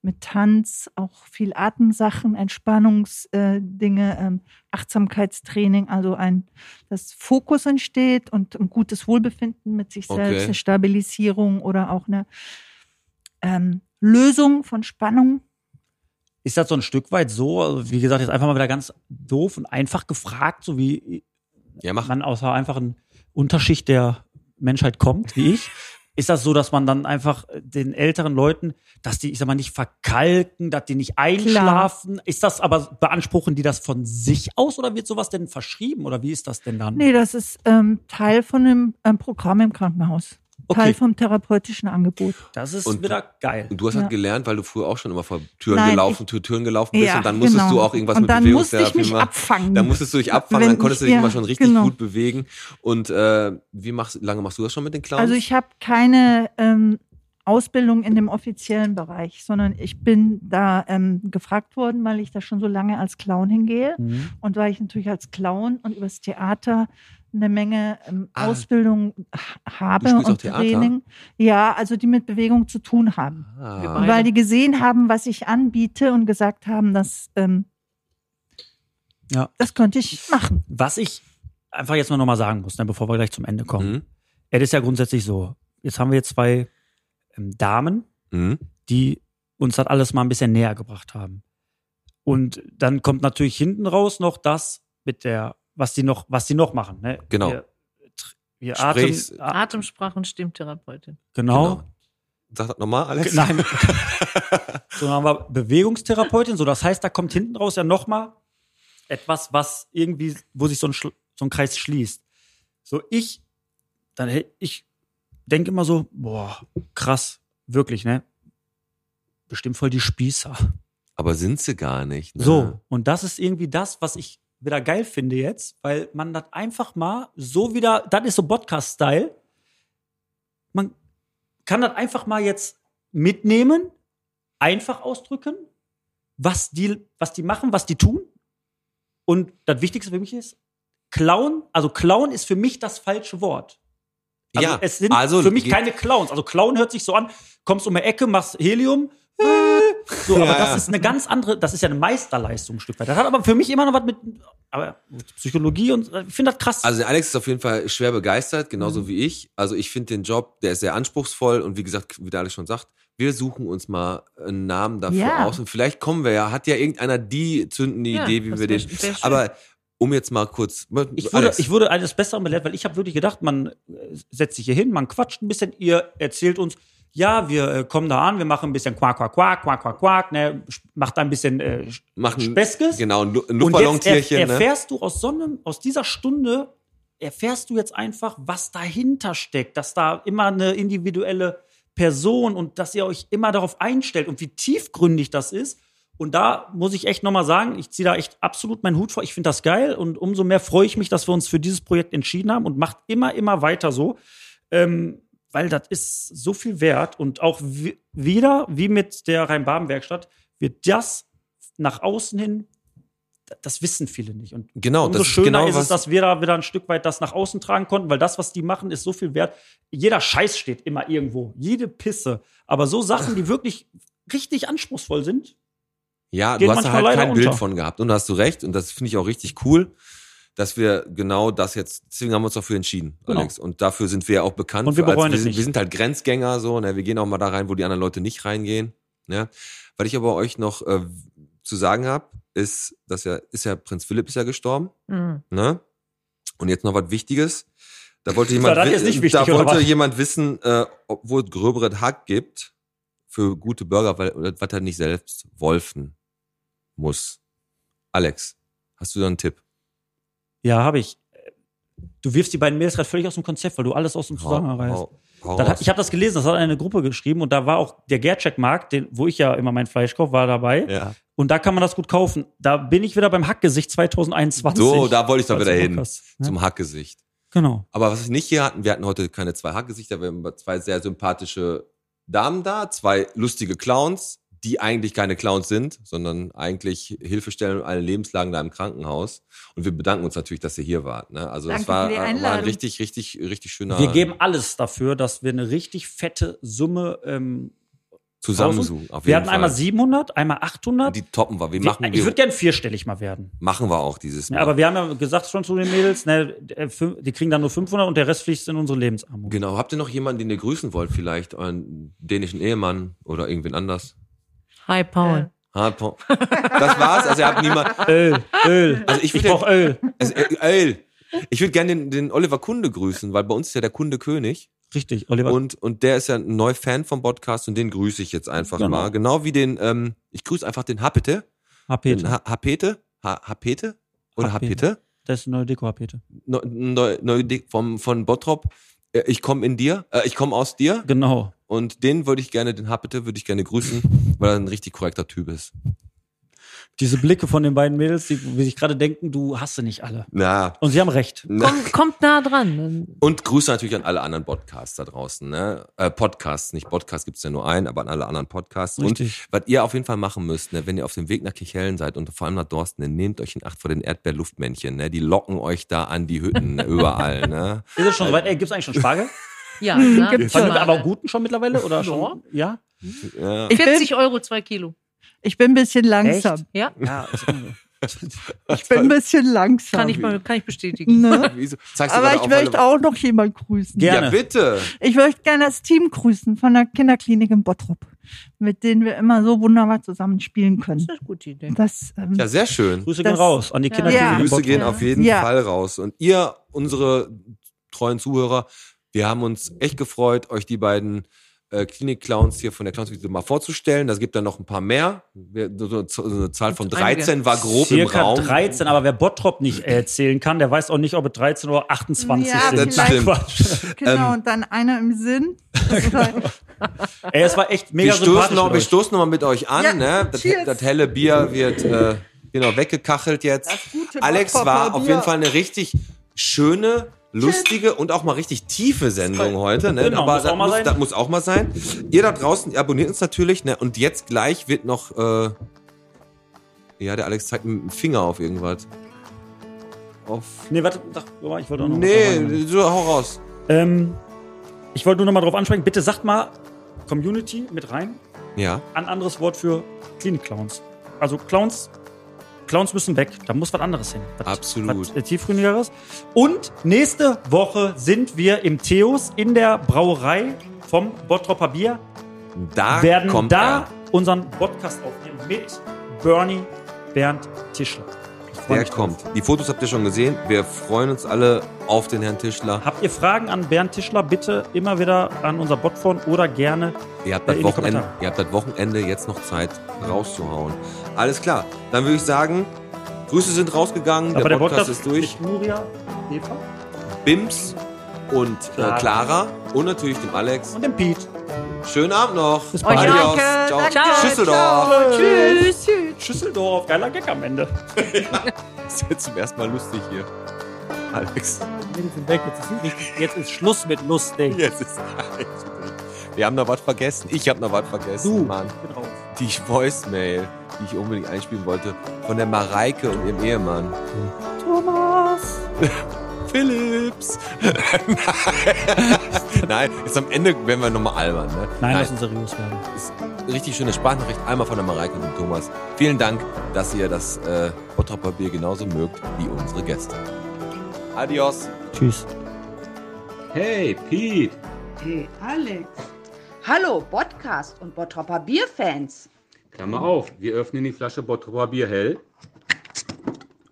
mit Tanz, auch viel Atemsachen, Entspannungsdinge, äh, Dinge, ähm, Achtsamkeitstraining, also ein, dass Fokus entsteht und ein gutes Wohlbefinden mit sich
Okay.
selbst, eine Stabilisierung oder auch eine ähm, Lösung von Spannung.
Ist das so ein Stück weit so? Also wie gesagt, jetzt einfach mal wieder ganz doof und einfach gefragt, so wie
Ja, mach.
man aus einer einfachen Unterschicht der Menschheit kommt, wie ich. Ist das so, dass man dann einfach den älteren Leuten, dass die, ich sag mal, nicht verkalken, dass die nicht einschlafen? Ist das aber, beanspruchen die das von sich aus oder wird sowas denn verschrieben oder wie ist das denn dann?
Nee, das ist ähm, Teil von einem ähm, Programm im Krankenhaus.
Okay.
Teil vom therapeutischen Angebot.
Das ist
Und-
wieder geil.
Und du hast halt
Ja.
gelernt, weil du früher auch schon immer vor Türen
Nein,
gelaufen, Tür- Türen gelaufen bist und dann musstest
genau.
du auch irgendwas
und
mit
dann musste ich
Bewegungstherapie
mich
machen.
abfangen.
Dann musstest du dich abfangen,
Wenn
dann konntest du
ich-
dich
ja,
immer schon richtig
genau.
gut bewegen. Und äh, wie machst, lange machst du das schon mit den Clowns?
Also ich habe keine ähm, Ausbildung in dem offiziellen Bereich, sondern ich bin da ähm, gefragt worden, weil ich da schon so lange als Clown hingehe
Mhm.
und weil ich natürlich als Clown und übers Theater eine Menge ähm,
Ah.
Ausbildung h- habe
spielst auch
und
Theater?
Training. Ja, also die mit Bewegung zu tun haben.
ah,
Beide.
Weil die gesehen haben, was ich anbiete und gesagt haben, dass ähm,
Ja.
das könnte ich machen.
Was ich einfach jetzt mal nochmal sagen muss, ne, bevor wir gleich zum Ende kommen.
mhm.
Es ist ja grundsätzlich so, jetzt haben wir jetzt zwei ähm, Damen,
Mhm.
die uns das alles mal ein bisschen näher gebracht haben. Und dann kommt natürlich hinten raus noch das mit der, was die noch, was die noch machen. Ne?
Genau.
Wir, tr- wir Atem,
Sprechs-
a,
Atemsprache und Stimmtherapeutin.
genau.
Sag das nochmal, Alex.
Nein. so dann haben wir Bewegungstherapeutin. So, das heißt, da kommt hinten raus ja nochmal etwas, was irgendwie, wo sich so ein, Schl- so ein Kreis schließt. So, ich, dann, hä- ich denke immer so, boah, krass, wirklich, ne? Bestimmt voll die Spießer.
Aber sind sie gar nicht. Ne?
So, und das ist irgendwie das, was ich wieder geil finde jetzt, weil man das einfach mal so wieder, das ist so Podcast-Style. Man kann das einfach mal jetzt mitnehmen, einfach ausdrücken, was die, was die machen, was die tun. Und das Wichtigste für mich ist, Clown, also Clown ist für mich das falsche Wort. Also
ja,
es sind
also
für mich
die-
keine Clowns. Also Clown hört sich so an, kommst um die Ecke, machst Helium. äh, So, aber
Ja, ja.
das ist eine ganz andere, das ist ja eine Meisterleistung ein Stück weit. Das hat aber für mich immer noch was mit, aber mit Psychologie und ich finde das krass.
Also der Alex ist auf jeden Fall schwer begeistert, genauso wie ich. Also ich finde den Job, der ist sehr anspruchsvoll und wie gesagt, wie der Alex schon sagt, wir suchen uns mal einen Namen dafür
Ja.
aus und vielleicht kommen wir ja, hat ja irgendeiner die zündende
Ja,
Idee, wie
das
wir
wär-
den.
wär schön.
Aber um jetzt mal kurz.
ich wurde, ich wurde eines Besseren belehrt, weil ich habe wirklich gedacht, man äh, setzt sich hier hin, man quatscht ein bisschen, ihr erzählt uns, ja, wir äh, kommen da an, wir machen ein bisschen Quack, Quack, Quack, Quack, Quack, Quack, ne, macht da ein bisschen äh,
machen
Speskes.
Genau, ein Lu- ein
Und jetzt erf-
Luftballontierchen. Ne?
erfährst du aus so einem, aus dieser Stunde erfährst du jetzt einfach, was dahinter steckt, dass da immer eine individuelle Person und dass ihr euch immer darauf einstellt und wie tiefgründig das ist. Und da muss ich echt nochmal sagen, ich ziehe da echt absolut meinen Hut vor. Ich finde das geil und umso mehr freue ich mich, dass wir uns für dieses Projekt entschieden haben und macht immer, immer weiter so. Ähm, weil das ist so viel wert und auch wi- wieder, wie mit der Rhein-Baden-Werkstatt, wird das nach außen hin das wissen viele nicht. Und
genau,
umso
das ist
schöner
genau,
ist
was-
es, dass wir da wieder ein Stück weit das nach außen tragen konnten, weil das, was die machen, ist so viel wert. Jeder Scheiß steht immer irgendwo, jede Pisse. Aber so Sachen, die wirklich richtig anspruchsvoll sind,
Ja,
Geht
du hast da
manchmal
halt
leider
kein Bild
unter.
von gehabt. Und da hast du recht. Und das finde ich auch richtig cool, dass wir genau das jetzt, deswegen haben wir uns dafür entschieden,
Genau.
Alex. Und dafür sind wir ja auch bekannt.
Und wir
für-
bereuen
wir,
es
sind,
nicht.
wir sind halt Grenzgänger, so, ne? Wir gehen auch mal da rein, wo die anderen Leute nicht reingehen. Ne? Weil ich aber euch noch äh, zu sagen habe, ist, dass ja, ist ja Prinz Philipp ist ja gestorben.
Mhm.
Ne? Und jetzt noch was Wichtiges. Da wollte jemand,
das ist
wi-
nicht wichtig,
da
oder
wollte
was?
jemand wissen, äh, obwohl es gröberen Hack gibt für gute Burger, weil was er nicht selbst wolfen muss. Alex, hast du da einen Tipp?
ja, habe ich. äh, Du wirfst die beiden Mails gerade völlig aus dem Konzept, weil du alles aus dem Zusammenhang reißt.
Hau- hau
Dann,
raus.
hat- ich habe das gelesen, das hat eine Gruppe geschrieben und da war auch der Gercheck-Markt, den- wo ich ja immer mein Fleisch kaufe, war dabei.
ja.
Und da kann man das gut kaufen. Da bin ich wieder beim Hackgesicht 2021.
So, da wollte ich doch
Als
wieder hin.
Podcast, ne?
Zum Hackgesicht.
Genau.
Aber was wir nicht hier hatten, wir hatten heute keine zwei Hackgesichter, wir haben zwei sehr sympathische Damen da, zwei lustige Clowns, die eigentlich keine Clowns sind, sondern eigentlich Hilfestellung in allen Lebenslagen da im Krankenhaus. Und wir bedanken uns natürlich, dass ihr hier wart. Ne? Also
Danke
es war,
für die
war ein
Einladung.
richtig, richtig, richtig schöner
Wir geben alles dafür, dass wir eine richtig fette Summe ähm,
Zusammensuchen.
wir hatten einmal 700, einmal 800.
Die toppen wir. Wir
Wir-
machen,
ich würde
wir,
gern vierstellig mal werden.
machen wir auch dieses Mal.
Ja, aber wir haben ja gesagt schon zu den Mädels, ne, äh, fün- die kriegen dann nur 500 und der Rest fließt in unsere Lebensarmut.
genau. Habt ihr noch jemanden, den ihr grüßen wollt? Vielleicht euren dänischen Ehemann oder irgendwen anders?
Hi, Paul.
Ha, po- Das war's. Also ihr habt niemand.
Öl, Öl.
Also ich
ich
würde
brauche Öl.
Also, äh, ey, ich würde gerne den, den Oliver Kunde grüßen, weil bei uns ist ja der Kunde König
Richtig, Oliver.
und, und der ist ja ein neuer Fan vom Podcast und den grüße ich jetzt einfach
Genau.
mal. Genau wie den, ähm, ich grüße einfach den Hapete.
Hapete.
Den Ha- Hapete? Ha Hapete? Oder
Hapete.
Hapete?
Das ist eine neue Deko-Hapete.
Neu, neu, neu vom, von Bottrop. Äh, Ich komme in dir, äh, ich komme aus dir
Genau.
und den würde ich gerne, den Hapete würde ich gerne grüßen, weil er ein richtig korrekter Typ ist.
Diese Blicke von den beiden Mädels, die, die sich gerade denken, du hasse nicht alle.
Na,
Und sie haben recht.
na.
Komm, kommt nah dran.
Und Grüße natürlich an alle anderen Podcasts da draußen, ne? Äh, Podcasts, nicht Podcasts gibt's ja nur einen, aber an alle anderen Podcasts.
Richtig.
Und was ihr auf jeden Fall machen müsst, ne, wenn ihr auf dem Weg nach Kichellen seid und vor allem nach Dorsten, ne, nehmt euch in Acht vor den Erdbeerluftmännchen, ne? Die locken euch da an die Hütten ne, überall, ne?
Ist es schon soweit? Ey, gibt's eigentlich schon Spargel?
Ja, na,
Gibt's
mal.
Fanden wir aber guten schon mittlerweile? Oder schon? Ja?
Ja.
Ich bin,
40 Euro, zwei Kilo.
ich bin ein bisschen langsam.
Ja,
Ja.
Ich bin ein bisschen langsam.
kann ich, mal, kann ich bestätigen.
Ne?
Wieso? Zeigst du
Aber
gerade
ich
auf
möchte
alle-
auch noch jemand grüßen.
Gerne.
Ja, bitte.
Ich möchte gerne das Team grüßen von der Kinderklinik in Bottrop, mit denen wir immer so wunderbar zusammen spielen können.
Das ist eine gute Idee.
Das, ähm,
Ja, sehr schön.
Grüße gehen
Das-
raus an die Kinder.
Ja.
die
Grüße gehen
Ja.
auf jeden
Ja.
Fall raus. Und ihr, unsere treuen Zuhörer, wir haben uns echt gefreut, euch die beiden äh, Klinik-Clowns hier von der Clowns mal vorzustellen. Das gibt dann noch ein paar mehr. Wir, so, so, so eine Zahl von
Einige.
13 war grob im
Circa
Raum.
13, aber wer Bottrop nicht äh, zählen kann, der weiß auch nicht, ob es 13 oder 28
Ja,
sind.
das stimmt.
Quatsch.
genau,
ähm, Genau.
und dann einer im Sinn.
Ey, es war echt mega
Wir stoßen,
sympathisch.
noch,
mit
wir
euch.
stoßen noch mal mit euch an.
Ja,
ne? das,
cheers.
das helle Bier wird äh, genau weggekachelt jetzt.
Das gute
Alex
Bottroper
war auf
Bier.
jeden Fall eine richtig schöne, lustige und auch mal richtig tiefe Sendung heute. Ne?
Genau,
Aber
muss
das,
auch mal
muss,
sein.
das muss auch mal sein. Ihr da draußen ihr abonniert uns natürlich. Ne? Und jetzt gleich wird noch. Äh, ja, der Alex zeigt mit dem Finger auf irgendwas. Auf.
Nee, warte, sag, oh, ich wollte auch noch was sagen.
Nee, so, hau raus.
Ähm, ich wollte nur noch mal drauf ansprechen. Bitte sagt mal Community mit rein.
Ja.
Ein anderes Wort für Klinik-Clowns. Also Clowns, Clowns müssen weg. Da muss was anderes hin. Was,
Absolut.
Was, äh, tiefgründigeres. Und nächste Woche sind wir im Theos in der Brauerei vom Bottropper Bier.
Da
werden
kommt
da
er.
unseren Podcast aufnehmen mit Bernie Bernd Tischler. Ich freu
Der
mich drauf.
kommt. Die Fotos habt ihr schon gesehen. Wir freuen uns alle auf den Herrn Tischler.
Habt ihr Fragen an Bernd Tischler, bitte immer wieder an unser Botphone oder gerne.
Ihr habt,
Äh,
das
in die
Wochenende,
Kommentare.
ihr habt das Wochenende jetzt noch Zeit rauszuhauen. Alles klar. Dann würde ich sagen, Grüße sind rausgegangen. Der,
Aber
Podcast, ist durch.
Mit Nuria, Eva
Bims und äh,
Clara.
Clara und natürlich dem Alex.
und dem Pete.
Schönen Abend noch.
Bis bald.
Adios.
Danke,
Ciao.
danke,
Tschüsseldorf.
Tschüss. Schüsseldorf, geiler Gag am Ende.
Das ist jetzt zum ersten Mal lustig hier. Alex.
Mädels sind weg, jetzt ist, richtig, jetzt ist Schluss mit lustig.
Jetzt ist Alex. Wir haben noch was vergessen. Ich habe noch was vergessen.
Du,
Mann.
ich bin raus.
Die Voicemail. die ich unbedingt einspielen wollte, von der Mareike und ihrem Ehemann.
Thomas.
Philips. Nein. Nein, jetzt am Ende werden wir nochmal albern. Ne?
Nein, lassen seriös werden.
Ist eine richtig schöne Sprachnachricht, einmal von der Mareike und dem Thomas. Vielen Dank, dass ihr das äh, Bottroper Bier genauso mögt wie unsere Gäste. Adios.
Tschüss.
Hey, Pete.
Hey, Alex. Hallo, Podcast und Bottropper Bierfans.
Klammer auf, wir öffnen die Flasche Bottroper Bier hell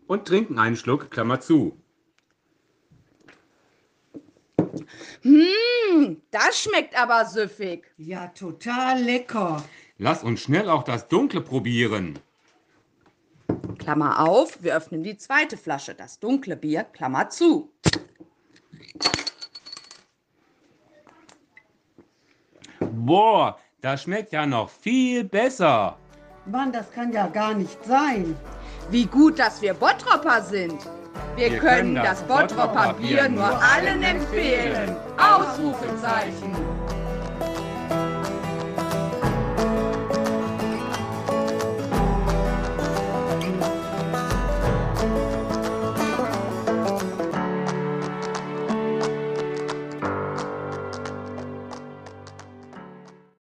und trinken einen Schluck, Klammer zu.
Hm, das schmeckt aber süffig.
Ja, total lecker.
Lass uns schnell auch das Dunkle probieren.
Klammer auf, wir öffnen die zweite Flasche, das dunkle Bier, Klammer zu.
Boah, das schmeckt ja noch viel besser.
Mann, das kann ja gar nicht sein.
Wie gut, dass wir Bottropper sind. Wir, können, das Bottropper Bier nur allen empfehlen. Ausrufezeichen.